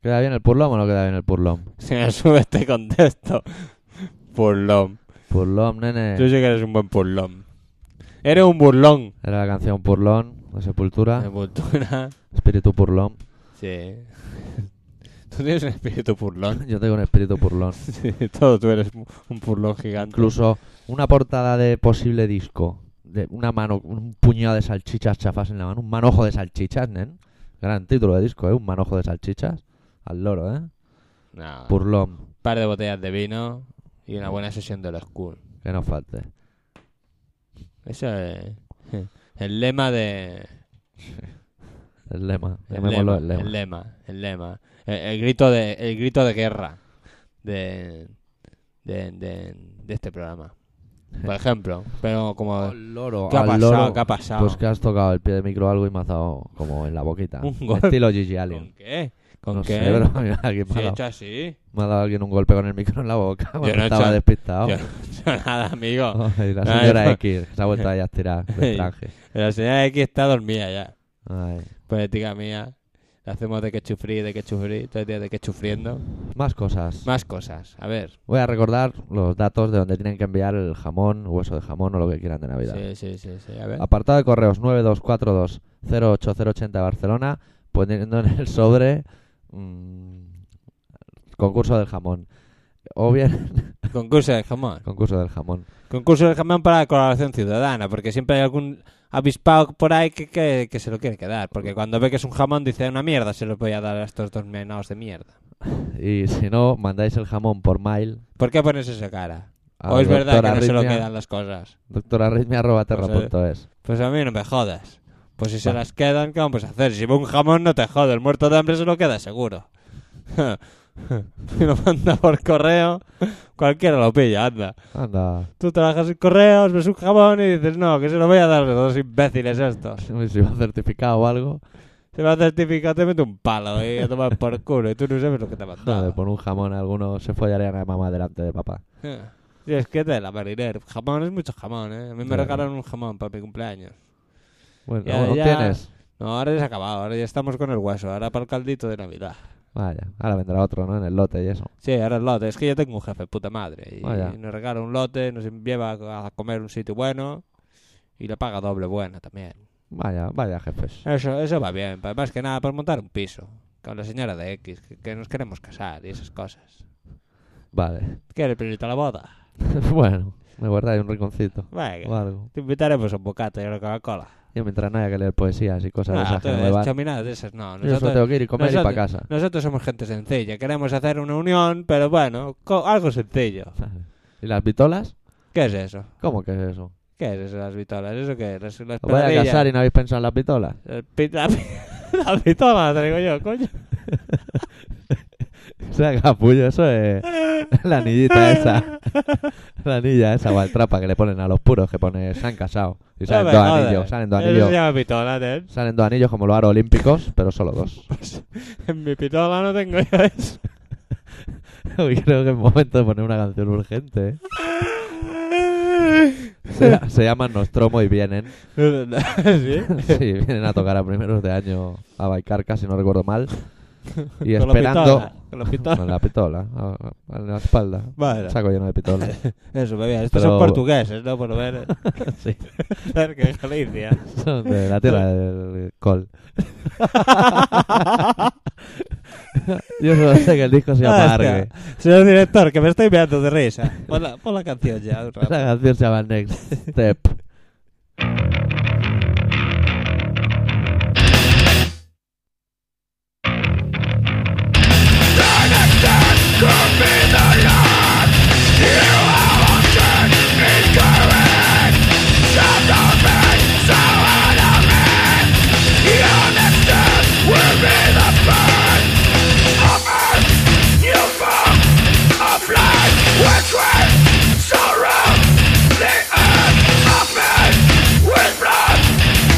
¿Queda bien el Purlom o no queda bien el Purlom?
Si me sube este contexto. Purlón.
Purlom, nene.
Tú sí que eres un buen purlón. Eres un burlón.
Era la canción Purlón, de
De
Sepultura, [laughs]
cultura.
Espíritu Purlón. [laughs]
Sí. Tú tienes un espíritu purlón.
Yo tengo un espíritu Purlón.
[laughs] Sí, todo tú eres un un purlón gigante.
Incluso una portada de posible disco, de una mano, un puñado de salchichas chafas en la mano, un manojo de salchichas, nen. Gran título de disco, ¿eh? Un manojo de salchichas. Al loro, ¿eh?
Ah. Nada. Un
Purlón,
par de botellas de vino y una buena sesión de los cool.
que no falte.
Eso es [laughs] el lema de...
El lema,
El
llamémoslo
lema,
el lema.
el lema, el lema. El- el grito de, el grito de guerra de, de, de- de este
[laughs]
programa. Por ejemplo, pero como...
Al loro,
¿Qué ha
al
pasado?
loro.
¿Qué ha pasado?
Pues que has tocado el pie de micro o algo y me has dado como en la boquita.
Un golpe.
Estilo Gigi
¿Con
Allen.
qué? ¿Con
no
qué?
sé, bro, mira, alguien
Si
[laughs]
he
me, ha dado,
hecho así. [laughs]
me ha dado alguien un golpe con el micro en la boca cuando
no he
estaba
hecho-
despistado.
Yo no he hecho nada, amigo.
Ay, la
No,
señora
yo-
X que se ha vuelto ahí
[laughs]
a estirar
Ey.
el traje.
La señora X está dormida ya.
Ay.
Política mía. La hacemos de que chufrí, de que chufrí, todo el día de que chufriendo.
Más cosas.
Más cosas. A ver.
Voy a recordar los datos de donde tienen que enviar el jamón, hueso de jamón o lo que quieran de Navidad.
Sí, sí, sí, sí. A ver.
Apartado de correos 924208080 Barcelona, poniendo en el sobre mm, concurso del jamón. O bien [laughs]
Concurso de jamón.
concurso del jamón.
Concurso de jamón para la colaboración ciudadana, porque siempre hay algún avispado por ahí que, que- que se lo quiere quedar. Porque cuando ve que es un jamón dice, una mierda, se los voy a dar a estos dos menados de mierda.
Y si no, mandáis el jamón por mail.
¿Por qué pones esa cara?
a
¿O es verdad que no se lo
doctorarritmia-
quedan las cosas?
doctorarritmia@terra.es.
Pues a mí no me jodas. Pues si se las quedan, ¿qué vamos a hacer? Si ve un jamón no te jode, el muerto de hambre se lo queda seguro. [laughs] Si lo manda por correo, cualquiera lo pilla, anda.
Anda. [laughs]
Tú trabajas en correos, ves un jamón y dices, no, que se lo voy a dar a los dos imbéciles estos.
Si va certificado o algo.
Se va a certificar, te mete un palo y a tomar por culo y tú no sabes lo que te ha
Joder,
mandado.
por un jamón alguno se follarían a mamá delante de papá.
Y es que te la mariner. Jamón es mucho jamón, ¿eh? A mí me
Ya.
regalaron un jamón para mi cumpleaños.
Bueno,
Ya,
¿lo
ya.
tienes?
No, ahora ya se ha acabado, ahora ya estamos con el hueso, ahora para el caldito de Navidad.
Vaya, ahora vendrá otro, ¿no? En el lote y eso.
Sí, ahora el lote. Es que yo tengo un jefe, puta madre. Y
Vaya.
nos regala un lote, nos lleva a comer un sitio bueno y la paga doble buena también.
Vaya, vaya jefes.
Eso, eso va bien, pa- más que nada para montar un piso con la señora de X, que, que nos queremos casar y esas cosas.
Vale.
¿Quieres pedirte la boda?
[laughs] bueno, me guardáis un rinconcito.
Venga,
O algo.
te invitaremos a un bocata y una Coca-Cola.
Yo mientras no haya que leer poesías y cosas de
Ah,
esas
tú,
que no me van.
chaminadas de esas, no.
Yo solo
Nosotros,
tengo que ir y comer y para
nosotros-
casa.
nosotros somos gente sencilla, queremos hacer una unión, pero bueno, co- algo sencillo.
Vale. ¿Y las vitolas?
¿Qué es eso?
¿Cómo que es eso?
¿Qué es eso, las vitolas? ¿Eso qué? Las, las
¿Os vais a
perrillas.
casar y no habéis pensado en las [laughs] vitolas?
El pi- La, pi- [laughs] la pitola, te digo yo, coño.
O sea, capullo, eso es la anillita [laughs] esa. La anilla esa o el trapa que le ponen a los puros que pone se han casado. Y
No
salen
me
dos
jodas.
anillos, salen dos
Eso se
anillos.
llama pitola, ¿eh?
Salen dos anillos como los aros olímpicos, pero solo [laughs] dos.
En mi pitola no tengo yo eso.
Uy, creo que es momento de poner una canción urgente. ¿eh? [laughs] Se, se llaman Nostromo y vienen. [laughs]
¿Sí?
Sí, vienen a tocar a primeros de año a Baicarca, si no recuerdo
[laughs]
mal. Y
Con la
esperando.
pitola, Con los
Con la pitola, a- a- en la espalda.
Vale.
Saco lleno de
[laughs]
pitola.
Eso, bebé. Estos
Pero-
son portugueses, ¿no? Por lo menos.
[laughs]
[laughs]
Sí.
Cerca de
[laughs]
Galicia.
[laughs] Son de la tierra del col. Yo solo sé que el disco se
[laughs]
llama
Hostia.
Argue.
Señor director, que me estoy meando de risa. Pon la, pon la canción ya. un
La
rato.
canción se llama
[laughs]
Next Step.
Sorrow, the earth, a man with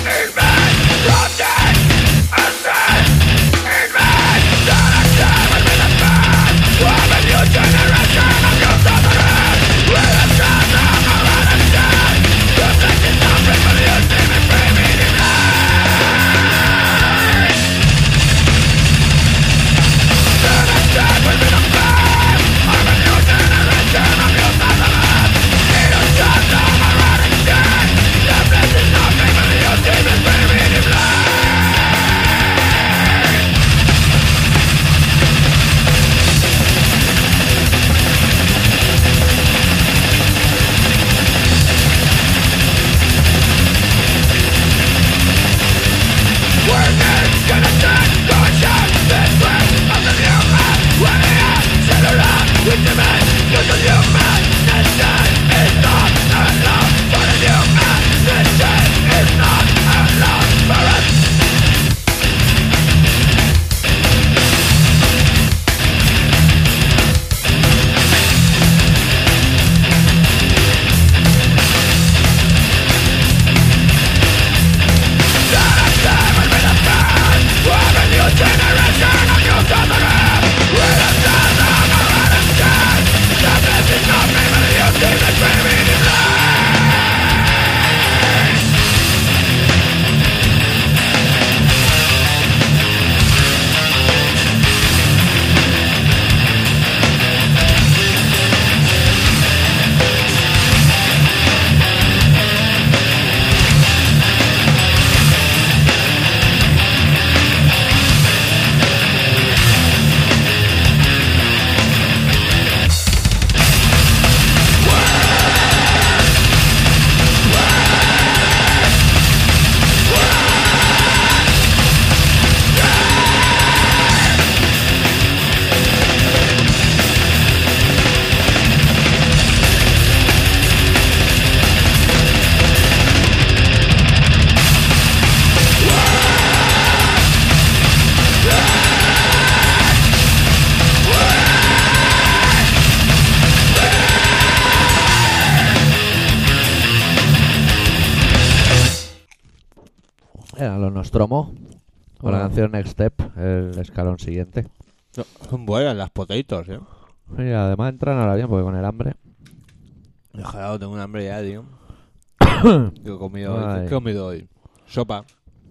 eran los Eh, Nostromo. O la
Ah.
canción Next Step, el escalón siguiente.
No, son buenas las potatoes, ¿eh?
Y además entran ahora bien porque con el hambre.
Ojalá, tengo un hambre ya, tío. ¿Qué he comido
Ay.
hoy? ¿Qué he comido hoy? Sopa.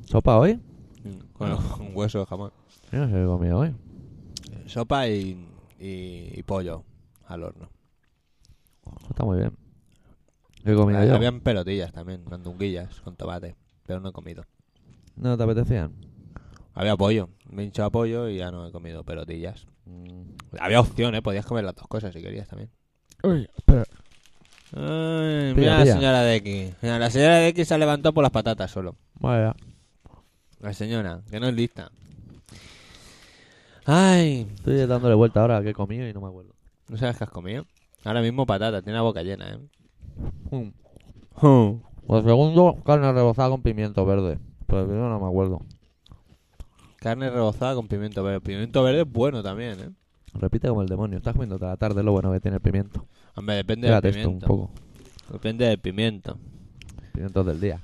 ¿Sopa hoy?
Mm, Con un hueso de jamón.
Yo no sé qué he comido hoy.
Sopa y, y, y pollo al horno.
Está muy bien. ¿Qué he comido yo?
Habían pelotillas también, randunguillas con tomate. Pero no he comido.
¿No te apetecían?
Había pollo. Me he hinchado pollo y ya no he comido pelotillas.
Mm.
Había opción, ¿eh? Podías comer las dos cosas si querías también.
Uy, espera.
Ay,
Tía,
mira la
tía.
señora de X. Mira, La señora de X se levantó por las patatas solo.
Vaya.
La señora, que no es lista. Ay,
Estoy dándole vuelta ahora a qué he comido y no me acuerdo.
¿no sabes qué has comido? Ahora mismo patata, tiene la boca llena, ¿eh? Hmm.
Mm. Pues segundo, carne rebozada con pimiento verde. Pero primero no me acuerdo.
Carne rebozada con pimiento verde. Pimiento verde es bueno también, ¿eh?
Repite como el demonio. Estás comiendo toda la tarde lo bueno que tiene el pimiento.
Hombre, depende del
Espérate esto un
pimiento.
poco.
Depende del pimiento.
Pimientos del día.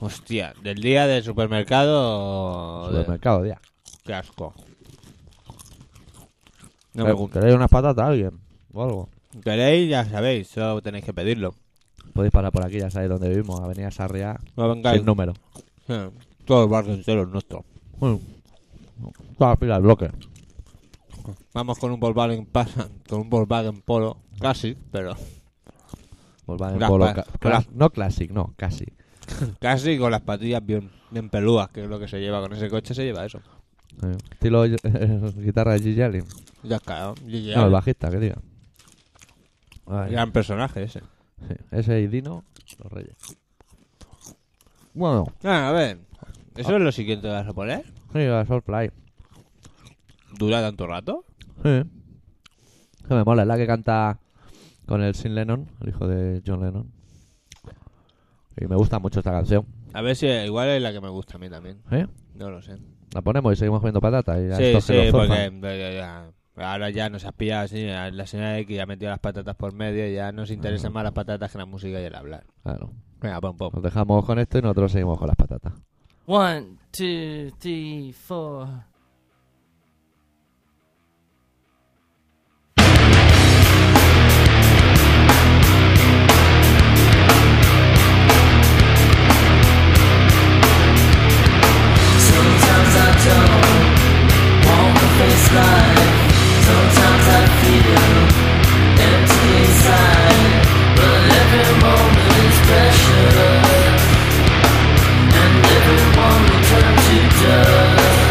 Hostia, del día del supermercado. de-
Supermercado, día.
Qué asco. No me
Eh,
gusta.
¿Queréis unas patatas a alguien? O algo.
Queréis, ya sabéis, solo tenéis que pedirlo.
Podéis parar por aquí, ya sabéis dónde vivimos. Avenida Sarriá.
No vengáis.
Sin número.
Eh, Todo el barrio entero es nuestro.
Mm. Toda la fila del bloque.
Vamos con un Volkswagen pasa, con un Volkswagen Polo, casi, pero
Volkswagen
Las
Polo.
pa-
pues ca-
las-
clas- no Classic, no, casi.
casi con las patillas bien, bien pelúas, que es lo que se lleva con ese coche, se lleva eso.
Eh, Estilo eh, guitarra de Gigi Allen.
Ya es claro, y ya,
No, el bajista, que diga. Ay,
gran personaje ese.
sí. Ese y Dino, los reyes. Bueno,
Ah, a ver, ¿eso es lo siguiente que vas a poner?
sí, a Soulfly.
¿Dura tanto rato?
Sí. Que me mola, es la que canta con el Sin Lennon, el hijo de John Lennon. Y me gusta mucho esta canción.
A ver si igual es la que me gusta a mí también,
¿eh?
no lo sé.
La ponemos y seguimos comiendo patatas. Y a
Sí,
estos que
sí,
los zurfan.
porque porque ya- ahora ya nos has pillado así, a la señora X ya ha metido las patatas por medio y ya nos interesan más las patatas que la música y el hablar.
Claro.
Venga, pom, pom.
Nos dejamos con esto y nosotros seguimos con las patatas.
One, two, three, four.
Sometimes I don't wanna face life. Sometimes I feel empty inside, but every moment is precious, and everyone will turn to dust.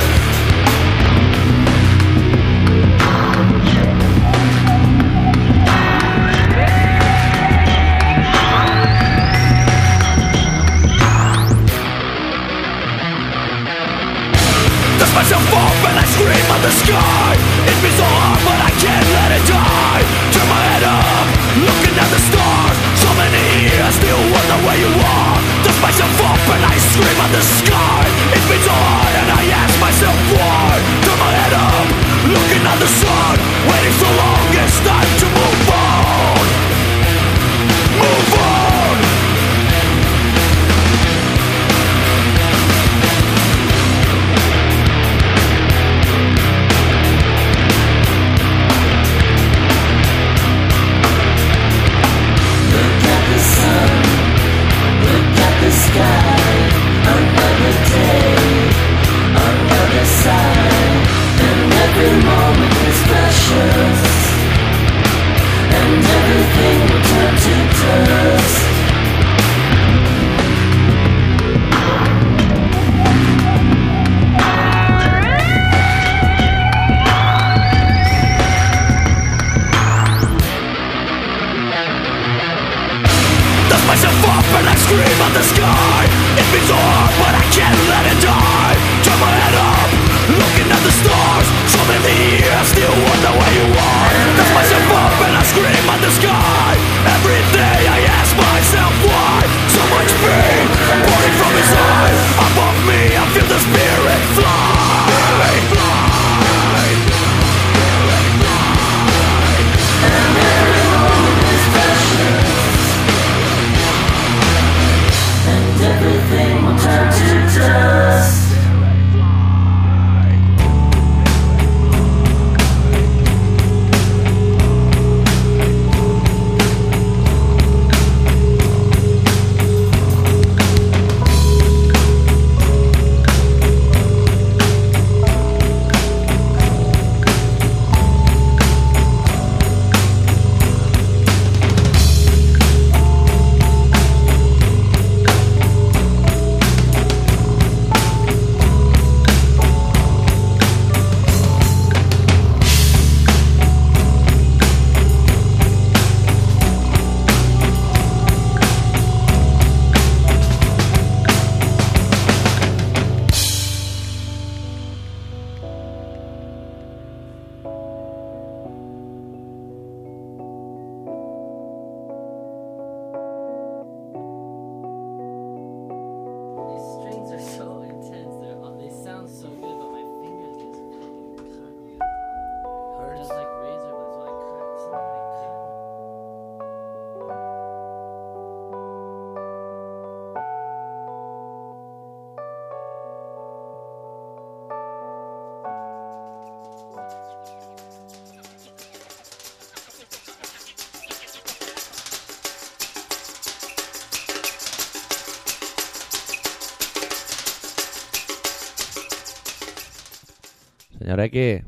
Señor X.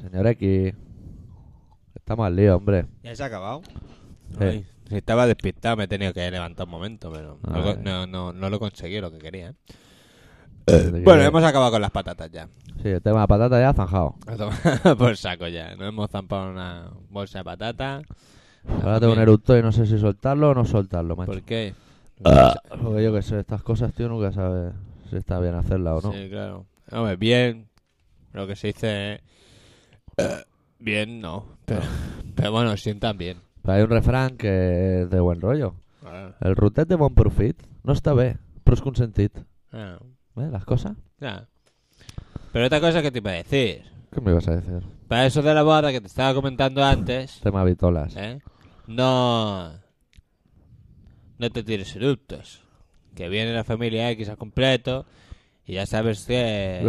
Señor X. Estamos al lío, hombre.
¿Ya se ha acabado?
Sí.
si estaba despistado me he tenido que levantar un momento, pero no,
Ay.
co- no, no, no lo conseguí lo que quería. ¿eh?
Desde
Bueno,
que-
hemos acabado con las patatas ya.
Sí, el tema de la patata ya zanjado.
A tomar [laughs] Por saco ya. Nos hemos zampado una bolsa de patata.
Ahora tengo un eructo y no sé si soltarlo o no soltarlo, macho. Ah.
¿Por qué?
Porque yo que sé, estas cosas, tío, nunca sabes si está bien hacerlas o no.
Sí, claro. Hombre, bien. Lo que se dice es... [coughs] Bien, no. Pero, [laughs] pero bueno, sientan bien.
Pero hay un refrán que es de buen rollo.
Ah,
El rutet de bon profit no està bé, però és consentit.
ah,
¿Eh? ¿Las cosas?
ya. Pero otra cosa que te iba a decir.
¿Qué me ibas em a decir?
Para eso de la boda que te estaba comentando antes,
Tema vitolas.
¿eh? no, no te tires eructos. Que viene la familia X al completo y ya sabes
Tú ya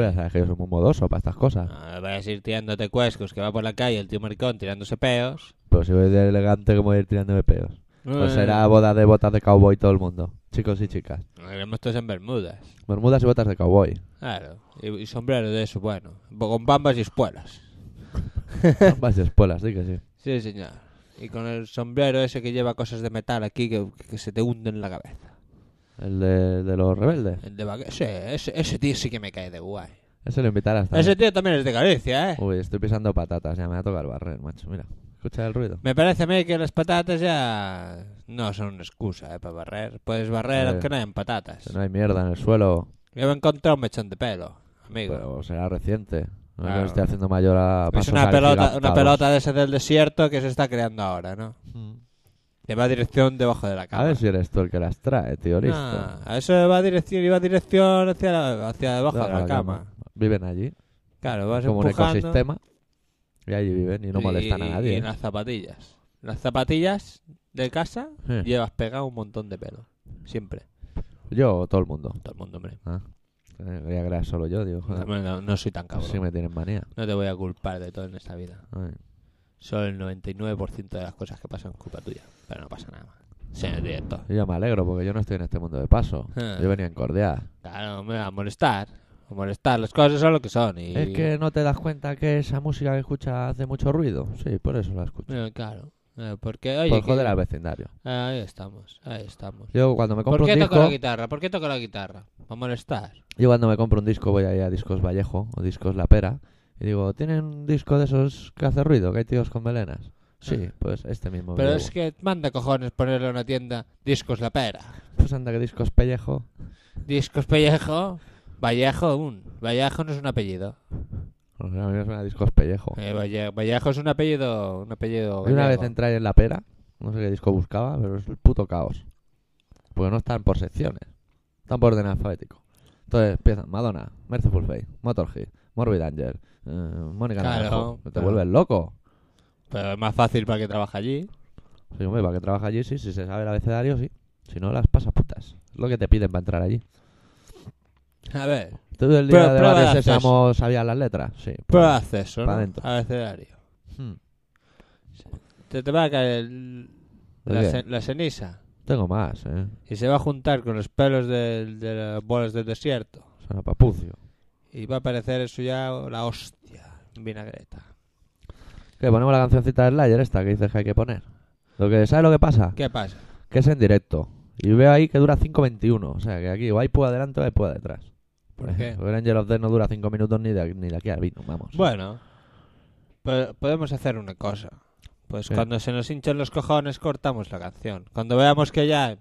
que
sabes que yo soy muy modoso para estas cosas.
Eh, ah, vas a ir tirándote cuescos, que va por la calle el tío maricón tirándose peos.
Pero si voy de elegante, como voy a ir tirándome pedos.
Eh.
Pues será boda de botas de cowboy todo el mundo. Chicos y chicas.
Haremos todos en Bermudas.
Bermudas y botas
[laughs]
de cowboy.
Claro. Y, y sombrero de eso, bueno. Bo- Con bambas y espuelas.
Ambas y espuelas, sí que sí.
Sí, señor. Y con el sombrero ese que lleva cosas de metal aquí que, que se te hunden en la cabeza.
El de, de los rebeldes.
El de vaque- Sí, ese, ese tío sí que me cae de guay.
Ese lo invitarás también.
Ese tío también es de Galicia, ¿eh?
Uy, estoy pisando patatas. Ya me va a tocar barrer, macho. Mira, escucha el ruido.
Me parece a mí que las patatas ya no son una excusa ¿eh? para barrer. Puedes barrer
Eh,
aunque no hayan patatas.
No hay mierda en el suelo.
Yo me he encontrado un mechón de pelo, amigo.
Pero será reciente. No es que
Claro.
me esté haciendo mayor a
es
pasos
una pelota, una
agigantados.
pelota de ese del desierto que se está creando ahora, ¿no?
Mm.
Que va a dirección debajo de la
A
cama.
ver si eres tú el que las trae, tío. Listo.
No, Ah, a eso va a dirección, iba a dirección hacia, la- hacia debajo
Debajo
de la cama.
Viven allí,
Claro, vas
como un
empujando
ecosistema. Y allí viven y no
y-
molestan a
Y
nadie. ¿eh?
en las zapatillas. Las zapatillas de casa
Sí.
llevas pegado un montón de pelo. Siempre.
Yo o todo el mundo.
Todo el mundo, hombre.
Eh, Creía que era solo yo, digo. joder,
Hombre, No, no soy tan cabrón.
sí me tienen manía. Eh.
No te voy a culpar de todo en esta vida.
Ay,
Solo el 99% de las cosas que pasan es culpa tuya. Pero no pasa nada. Señor director.
Yo ya me alegro porque yo no estoy en este mundo de paso.
Ah.
Yo venía en cordial.
Claro, me va a molestar. A molestar. Las cosas son lo que son. Y...
Es que no te das cuenta que esa música que escuchas hace mucho ruido. Sí, por eso la escucho.
Eh, claro. Eh, porque, oye.
por
que-
joder al vecindario.
Ah, Ahí estamos. Ahí estamos.
Yo cuando me compro
¿Por
un
qué toco
disco,
la guitarra? ¿Por qué toco la guitarra? ¿Va a molestar?
yo cuando me compro un disco voy ahí a Discos Vallejo o Discos La Pera y digo, ¿tienen un disco de esos que hace ruido? Que hay tíos con melenas. Sí,
Ah.
pues este mismo.
Pero
llevo.
es que manda cojones ponerle a una tienda discos la pera.
Pues anda que Discos Pellejo.
Discos pellejo. Vallejo un. Vallejo no es un apellido.
O sea, a mí me suena a Discos Pellejo.
Eh, Valle- Vallejo es un apellido. Un apellido.
Yo Pues una vez
gallego.
entré en La Pera, no sé qué disco buscaba, pero es el puto caos. Porque no están por secciones, están por orden alfabético. Entonces empiezan Madonna, Merciful Fate, Motorhead, Morbid Angel, eh, Mónica
Claro,
Naranjo. Te
claro.
vuelves loco.
Pero es más fácil para que trabaje allí.
Soy hombre, para que trabaja allí, sí, si se sabe el abecedario, sí. Si no, las pasaputas. Es lo que te piden para entrar allí.
A ver,
¿Tú del
Pero-
día
prueba
de
de
Barrio
hacer-
Sésamo sabías las letras? Sí. pues,
prueba de acceso,
pa'
¿no?
dentro.
Abecedario.
hmm,
Te, te va a caer el-
¿El
la,
qué?
ce- la ceniza
Tengo más, ¿eh?
y se va a juntar con los pelos del- de, las bolas del desierto.
Suena papucio.
Y va a aparecer eso ya la hostia en vinagreta.
¿Qué? ¿Ponemos la cancioncita de Slayer esta que dices que hay que poner? Lo que, ¿Sabes lo que pasa?
¿Qué pasa?
que es en directo. Y veo ahí que dura 5.21. O sea, que aquí o hay púa adelante o hay púa detrás.
¿Por qué?
Porque el Angel of Death no dura 5 minutos ni de, ni de aquí al vino, vamos.
Bueno, po- podemos hacer una cosa. Pues
Sí.
cuando se nos hinchen los cojones cortamos la canción. Cuando veamos que ya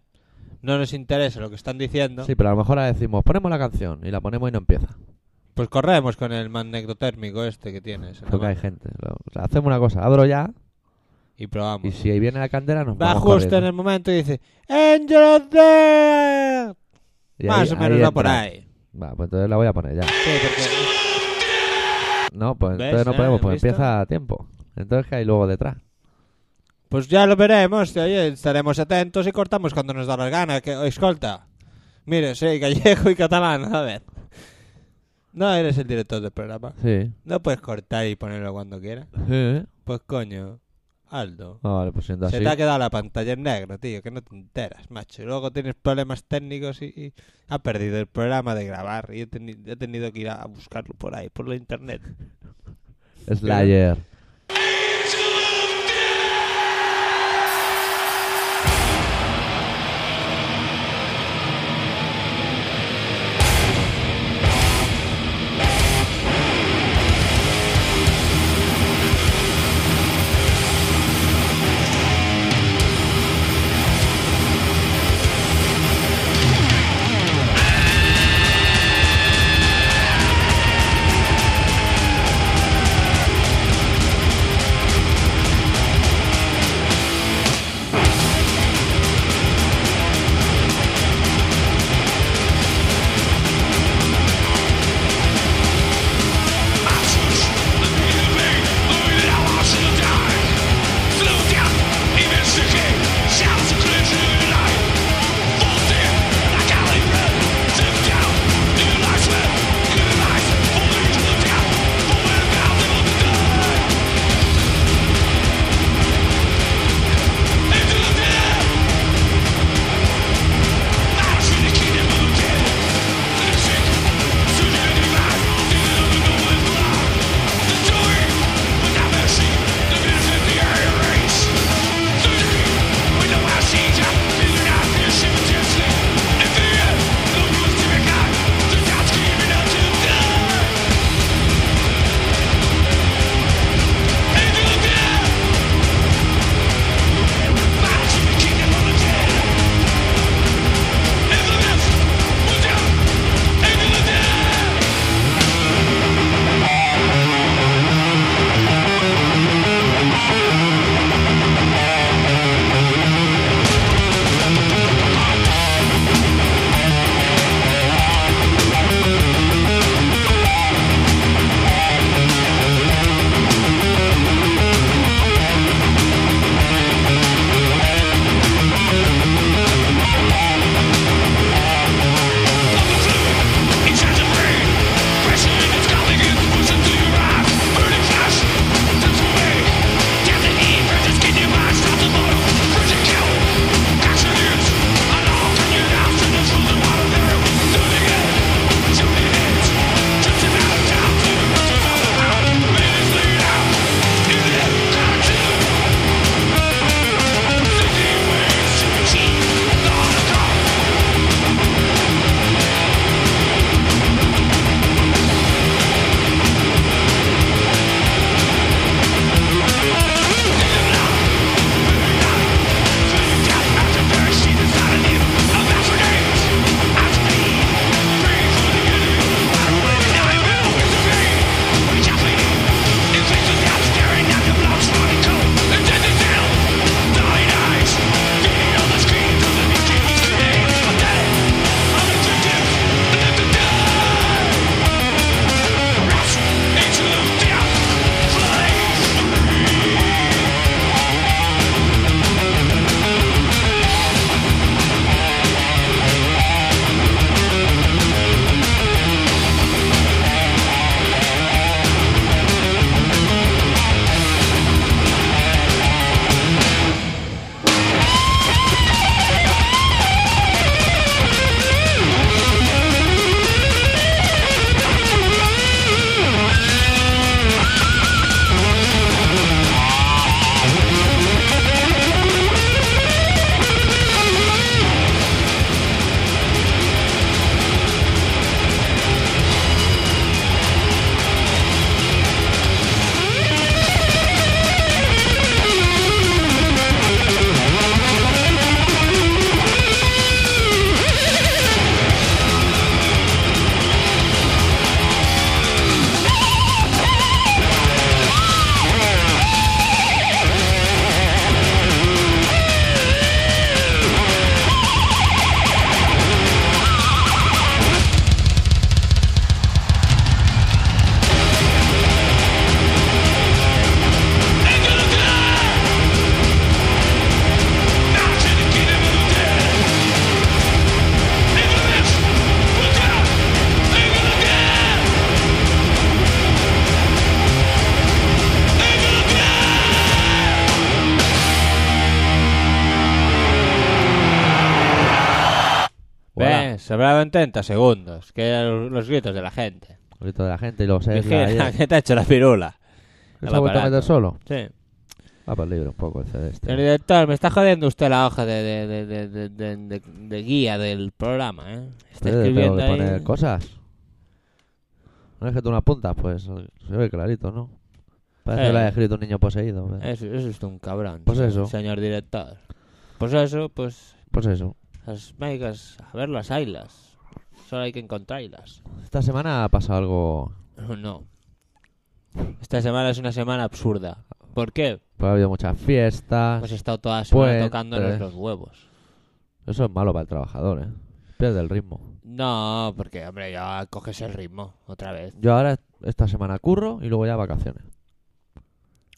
no nos interesa lo que están diciendo,
Sí, pero a lo mejor la decimos, ponemos la canción y la ponemos y no empieza.
pues corremos con el anecdotérmico este que tienes. en la
Porque hay
mano.
gente. Lo- o sea, hacemos una cosa, abro ya
Y probamos.
y si ahí viene la candela nos
Va
vamos
justo en
corriendo.
el momento y dice Angel of Death.
Y
Más
ahí-
o menos va
entra.
por ahí.
Va, pues entonces la voy a poner ya.
Sí, porque-
No, pues
¿Ves?
entonces no
Ah,
podemos, pues
¿visto?
empieza a tiempo. Entonces que hay luego detrás.
Pues ya lo veremos, oye, estaremos atentos y cortamos cuando nos da la gana. Que, escolta, mire, soy gallego y catalán, a ver. No eres el director del programa.
Sí.
No puedes cortar y ponerlo cuando quieras.
Sí.
Pues coño, Aldo.
Vale, pues siendo
Se
así.
te ha quedado la pantalla en negro, tío, que no te enteras, macho. Y luego tienes problemas técnicos y, y has perdido el programa de grabar. Y he, teni- he tenido que ir a buscarlo por ahí, por la internet.
Slayer. Voilà.
¿Ves? Sobraban 30 segundos, que eran los gritos de la gente.
Grito de la gente y luego se
Vigila, [laughs]
ayer.
que te ha hecho la pirula.
¿Se
al
¿eh? ha vuelto a
aparato.
meter solo?
Sí.
Va por libre un poco el CD este.
Señor director, me está jodiendo usted la hoja de, de, de, de, de- de- de- de guía del programa, ¿eh? Está
Pero yo tengo
escribiendo
que
ahí.
poner cosas. No es que tú una punta, pues se ve clarito, ¿no? Parece
Eh.
que lo haya escrito un niño poseído. pero-
Eso, eso es un cabrón.
Pues eso.
Señor director. Pues eso, pues
Pues eso.
las mágicas, a ver las haylas. Solo hay que encontrarlas.
Esta semana ha pasado algo.
[laughs] No. Esta semana es una semana absurda. ¿Por qué?
Pues ha habido muchas fiestas.
Pues he estado toda la semana
Puentes.
tocándonos los huevos.
Eso es malo para el trabajador, ¿eh? Pierde el ritmo.
No, porque, hombre, ya coges el ritmo otra vez.
Yo ahora esta semana curro y luego ya vacaciones. Ah,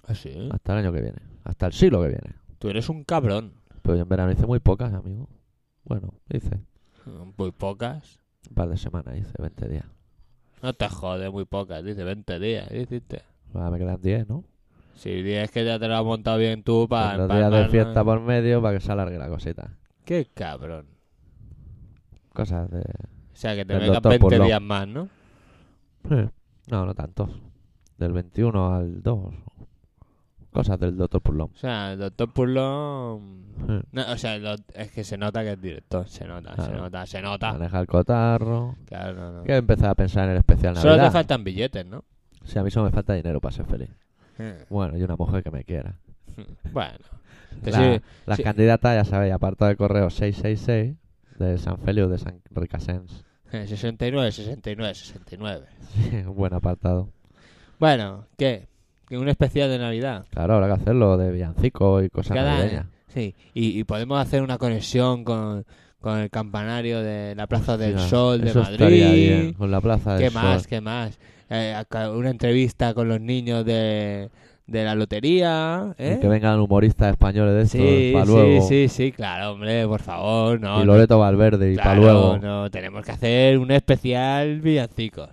¿Así?
Hasta el año que viene. Hasta el siglo que viene.
Tú eres un cabrón.
Pero yo en verano hice muy pocas, amigo. Bueno, hice.
Muy pocas.
Un par de semanas hice, 20 días.
No te jode, muy pocas. Dice 20 días. ¿qué Hiciste.
Pues Ahora me quedan 10, ¿no?
Si es que ya te lo has montado bien tú para.
Los días de fiesta por medio para que se alargue la cosita.
Qué cabrón.
Cosas de...
O sea, que te
El
vengas
doctor
20
Purlón.
días más, ¿no?
Eh, No, no tantos. Del 21 al 2. Cosas del doctor Purlón.
O sea, el doctor Purlón.
Eh,
No, o sea, el doc- es que se nota que es director. Se nota, se
Claro.
nota, se nota.
Maneja el cotarro.
Claro, no, no.
Hay que empezar a pensar en el especial
Solo te
Navidad.
faltan billetes, ¿no?
Si a mí solo me falta dinero para ser feliz.
Eh,
Bueno, y una mujer que me quiera.
Bueno. Que
La-
sí,
las
sí.
candidatas, ya sabéis, apartado de correo 666 de San Feliu de San Ricasens. [laughs]
eh, 69, 69, 69.
Un buen apartado.
Bueno, ¿qué? ¿Que ¿Un especial de Navidad?
Claro, habrá que hacerlo de villancico y cosas
Cada
navideñas.
Sí, y, y podemos hacer una conexión con, con el campanario de la Plaza del
Mira,
Sol de
eso
Madrid.
estaría bien, con la plaza del
¿Qué más?
Sol.
¿Qué más? Eh, acá una entrevista con los niños de, de la lotería.
Y
¿eh?
que vengan humoristas españoles de estos,
Sí,
pa'
sí,
luego.
sí, sí, claro, hombre, por favor, no.
y
no,
Loreto Valverde y
claro,
pa' luego.
no, tenemos que hacer un especial villancicos.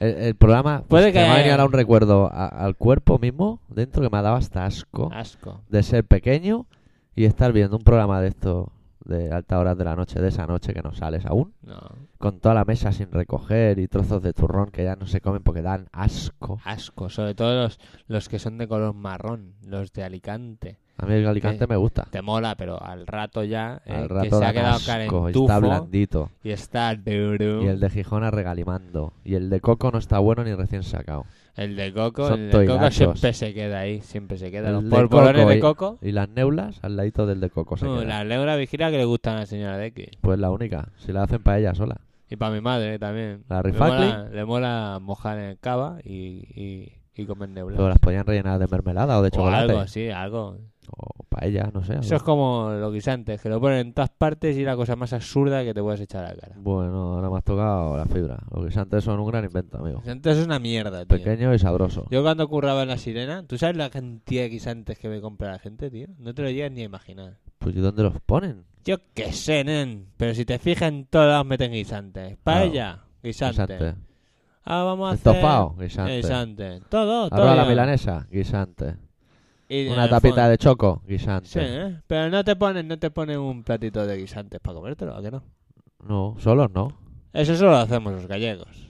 El, el programa pues,
Puede
que
que-
me ha venido ahora un recuerdo a- al cuerpo mismo, dentro que me ha dado hasta asco
Asco.
de ser pequeño y estar viendo un programa de estos de altas horas de la noche, de esa noche que no sales aún.
No,
con toda la mesa sin recoger y trozos de turrón que ya no se comen porque dan asco.
asco, sobre todo los, los que son de color marrón, los de Alicante.
A mí el
¿Qué?
Alicante me gusta.
te mola, pero al rato ya, eh,
Al
que
rato
se ha
dan
quedado
asco, y está
calentufo
blandito.
y está duro.
Y el de Gijona regalimando. Y el de Coco no está bueno ni recién sacado.
El de coco,
Son
el de coco
toidachos.
siempre se queda ahí, siempre se queda.
El
Los
de
polvorones
coco
de
y-
coco.
Y las neulas al ladito del de Coco se
No,
quedan.
la leura vigila que le gustan a la señora de X.
Pues la única. Si la hacen para ella sola.
Y para mi madre eh, también.
La
le,
rifacli.
mola, le mola mojar en cava y, y, y comer neula.
Pero las podían rellenar de mermelada o de
Pues o
chocolate.
algo, sí, algo.
O para ella, no sé. algo.
Eso es como los guisantes, que lo ponen en todas partes y es la cosa más absurda que te puedes echar a la cara.
Bueno, ahora me has tocado la fibra. Los guisantes son un gran invento, amigo.
Guisantes es una mierda, tío.
Pequeño y sabroso.
Yo cuando curraba en la sirena, ¿tú sabes la cantidad de guisantes que me compra la gente, tío? No te lo llegas ni a imaginar.
Pues ¿y dónde los ponen?
Yo qué sé, nen. Pero si te fijas, en todos lados meten guisantes. Paella, guisante.
Guisantes.
Ah, vamos a hacer...
Estofado, guisante.
Guisante. Todo, todo.
Arroba la
ya.
milanesa, guisante.
Y en
Una
el
tapita
fondo-
de choco,
Sí,
guisante.
¿eh? Pero no te ponen, no te ponen un platito de guisantes para comértelo, ¿a que no?
No, solos no. [laughs]
Eso solo lo hacemos los gallegos.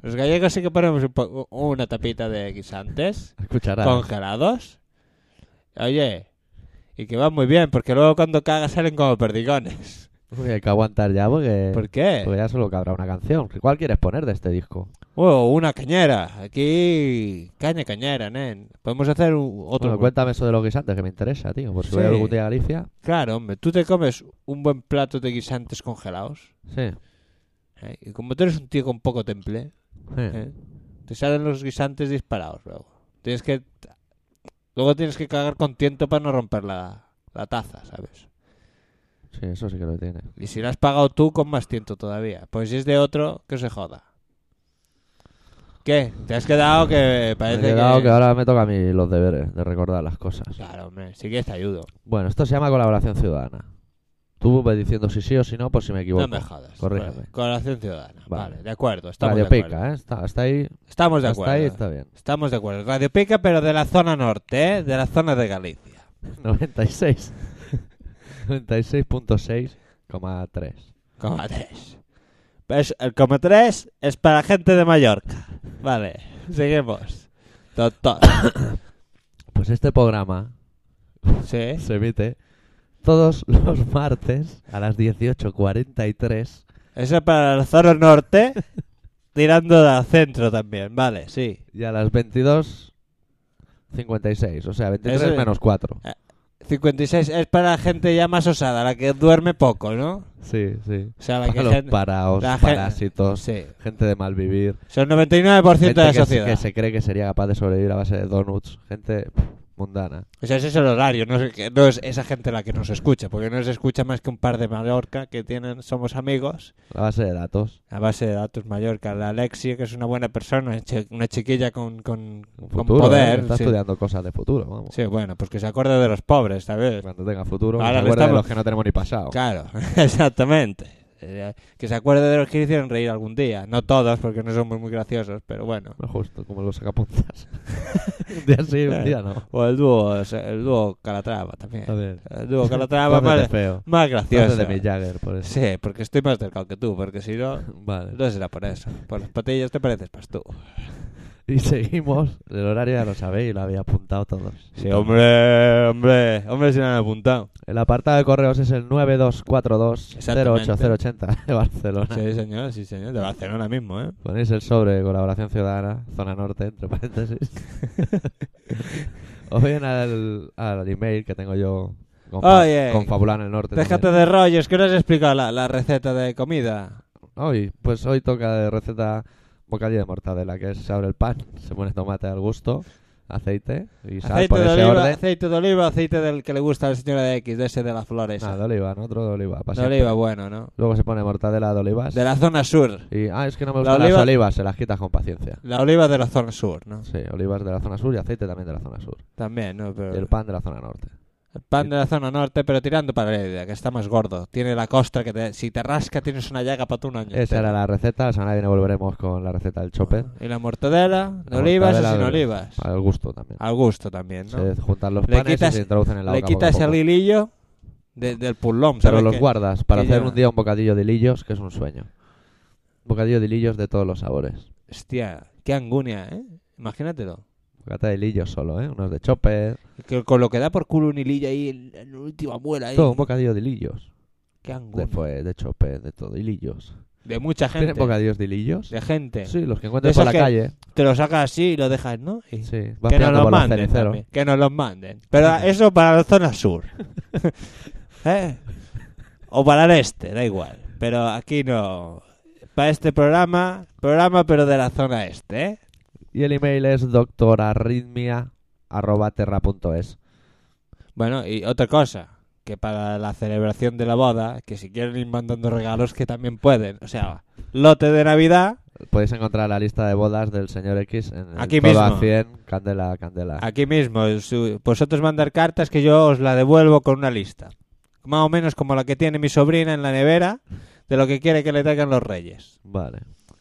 Los gallegos sí que ponemos un po- una tapita de guisantes.
Escucharás.
congelados. Oye, y que va muy bien, porque luego cuando cagas salen como perdigones.
Hay que aguantar ya porque,
¿Por qué?
porque ya solo cabrá una canción. ¿Cuál quieres poner de este disco?
Oh, una cañera. Aquí, caña cañera, nen. Podemos hacer un- otro.
Bueno, cuéntame eso de los guisantes que me interesa, tío. Por si voy
Sí.
algún día a Galicia.
Claro, hombre, tú te comes un buen plato de guisantes congelados.
Sí.
¿eh? Y como tú eres un tío con poco temple,
Eh,
¿eh? te salen los guisantes disparados luego. Tienes que. Luego tienes que cagar con tiento para no romper la, la taza, ¿sabes?
Sí, eso sí que lo tiene.
Y si lo has pagado tú, con más tiento todavía. Pues si es de otro, que se joda. ¿Qué? ¿Te has quedado que
Me
parece
he quedado
que...
que ahora me toca a mí los deberes de recordar las cosas.
Claro, hombre, si quieres te ayudo.
Bueno, esto se llama colaboración ciudadana. Tú vas diciendo si sí o si no, por si me equivoco.
No me jodas.
Corrígeme.
Colaboración ciudadana. Vale.
Vale.
de acuerdo. Estamos
Radio
de acuerdo.
Pica, ¿eh? Está, está ahí.
Estamos de
Está
acuerdo.
ahí, está bien. [laughs]
Estamos de acuerdo. Radio Pica, pero de la zona norte, ¿eh? De la zona de Galicia.
[laughs] 96. 96.6,3.
3. Pues el coma 3 es para gente de Mallorca. Vale, seguimos. Doctor. [coughs]
Pues este programa
Sí.
se emite todos [laughs] los martes a las 18.43.
Eso para la zona
[laughs]
norte, tirando al centro también. Vale, sí.
Y a las 22.56, o sea, 23
Eso-
menos 4.
56 es para la gente ya más osada, la que duerme poco, ¿no?
Sí, sí.
O sea, la que...
Para [laughs] los
gen-
paraos,
la gen-
parásitos,
Sí.
gente de mal vivir,
Son 99% de la
gente que, se-
sociedad.
que se cree que sería capaz de sobrevivir a base de donuts, gente pff, mundana.
O sea, ese es el horario, no es, que- no es esa gente la que nos escucha, porque no nos escucha más que un par de Mallorca que tienen, somos amigos,
A base de datos.
a base de datos Mallorca. La Alexia, que es una buena persona, chi- una chiquilla con, con,
Un
con
futuro,
poder.
¿eh? Está
sí.
estudiando cosas de futuro, vamos.
Sí, bueno, pues que se acuerde de los pobres, ¿sabes?
Cuando tenga futuro, que
Ahora
se
que
acuerde de
estamos-
los que no tenemos ni pasado.
Claro, [laughs] exactamente. Eh, Que se acuerde de los que le hicieron reír algún día. No todos, porque no somos muy graciosos, pero bueno.
No, Justo, como los sacapuntas. [laughs] un día sí, un día no.
O el dúo, el dúo Calatrava también.
A ver.
El [laughs] dúo Calatrava
Entonces de
más,
feo.
más gracioso.
Entonces de Mick Jagger,
[laughs]
por eso.
Sí, porque estoy más cerca que tú, porque si no,
Vale.
no será por eso. Por las patillas te pareces más tú.
Y seguimos. El horario ya lo sabéis, lo había apuntado todos.
Sí, hombre, hombre, hombre, si no han apuntado.
El apartado de correos es el 9242-08080 de Barcelona.
Sí, señor, sí, señor. De Barcelona mismo, ¿eh?
Ponéis el sobre de colaboración ciudadana, zona norte,
[laughs]
entre paréntesis. o bien al, al email que tengo yo con,
Oye,
Fabulán el norte.
Déjate
también.
de rollos, que no has explicado la, la receta de comida.
Hoy, pues hoy toca de receta bocadillo de mortadela, que es se abre el pan, se pone tomate al gusto, aceite y sal
Aceite
por
de,
ese
oliva,
orden.
aceite de oliva, aceite del que le gusta a la señora de X, de ese de las flores.
Ah, de oliva, ¿no? Otro de oliva. pa
de
siempre.
oliva, bueno, ¿no?
Luego se pone mortadela de olivas.
De la zona sur.
Y, ah, es que no me
La
gustan
oliva-
las olivas, se las quitas con paciencia.
La oliva de la zona sur, ¿no?
Sí, olivas de la zona sur y aceite también de la zona sur.
También, ¿no? Pero
Y el pan de la zona norte.
el pan de la zona norte, pero tirando para Heredia, que está más gordo. Tiene la costra que te- si te rasca tienes una llaga para tu un año.
Esa
entero.
era la receta, la semana que viene volveremos con la receta del chopper.
Y la mortadela, de
La
olivas o
mortadela
sin
de-
olivas.
Al gusto también.
Al gusto también, Ah. ¿no?
Se juntan los
Le
panes
quitas-
y se introducen en la
Le
boca poco a
quitas el
poco.
hilillo de- del pulón,
Pero
¿sabes?
los
qué?
guardas para
que
hacer
ya-
un día un bocadillo de lillos, que es un sueño. Bocadillo de lillos de todos los sabores.
Hostia, qué angunia, ¿eh? Imagínatelo.
Bocata de lillos solo, ¿eh? Unos de chopper.
Que con lo que da por culo un hilillo ahí en en la última muela. Ahí.
Todo un bocadillo de lillos.
Qué
De
angunia.
fue, de chopper, de todo. Y lillos.
De mucha gente.
¿Tienen bocadillos de lillos?
De gente.
Sí, los que
De
encuentres
esos
por la
que-
calle.
Te lo sacas así y lo dejas, ¿no? Y-
Sí, vas
Que nos
pillando
los
por los
manden.
ceniceros.
también, Que nos los manden. Pero eso para la zona sur. [laughs] ¿Eh? O para el este, da igual. Pero aquí no. Para este programa, programa pero de la zona este, ¿eh?
Y el email es doctorarritmia.terra.es.
Bueno, y otra cosa, que para la celebración de la boda, que si quieren ir mandando regalos, que también pueden. O sea, lote de Navidad,
Podéis encontrar la lista de bodas del señor X en el
Aquí
todo a
mismo.
100, candela a candela.
aquí mismo. su- Vosotros mandar cartas que yo os la devuelvo con una lista. Más o menos como la que tiene mi sobrina en la nevera, de lo que quiere que le traigan los reyes.
Vale.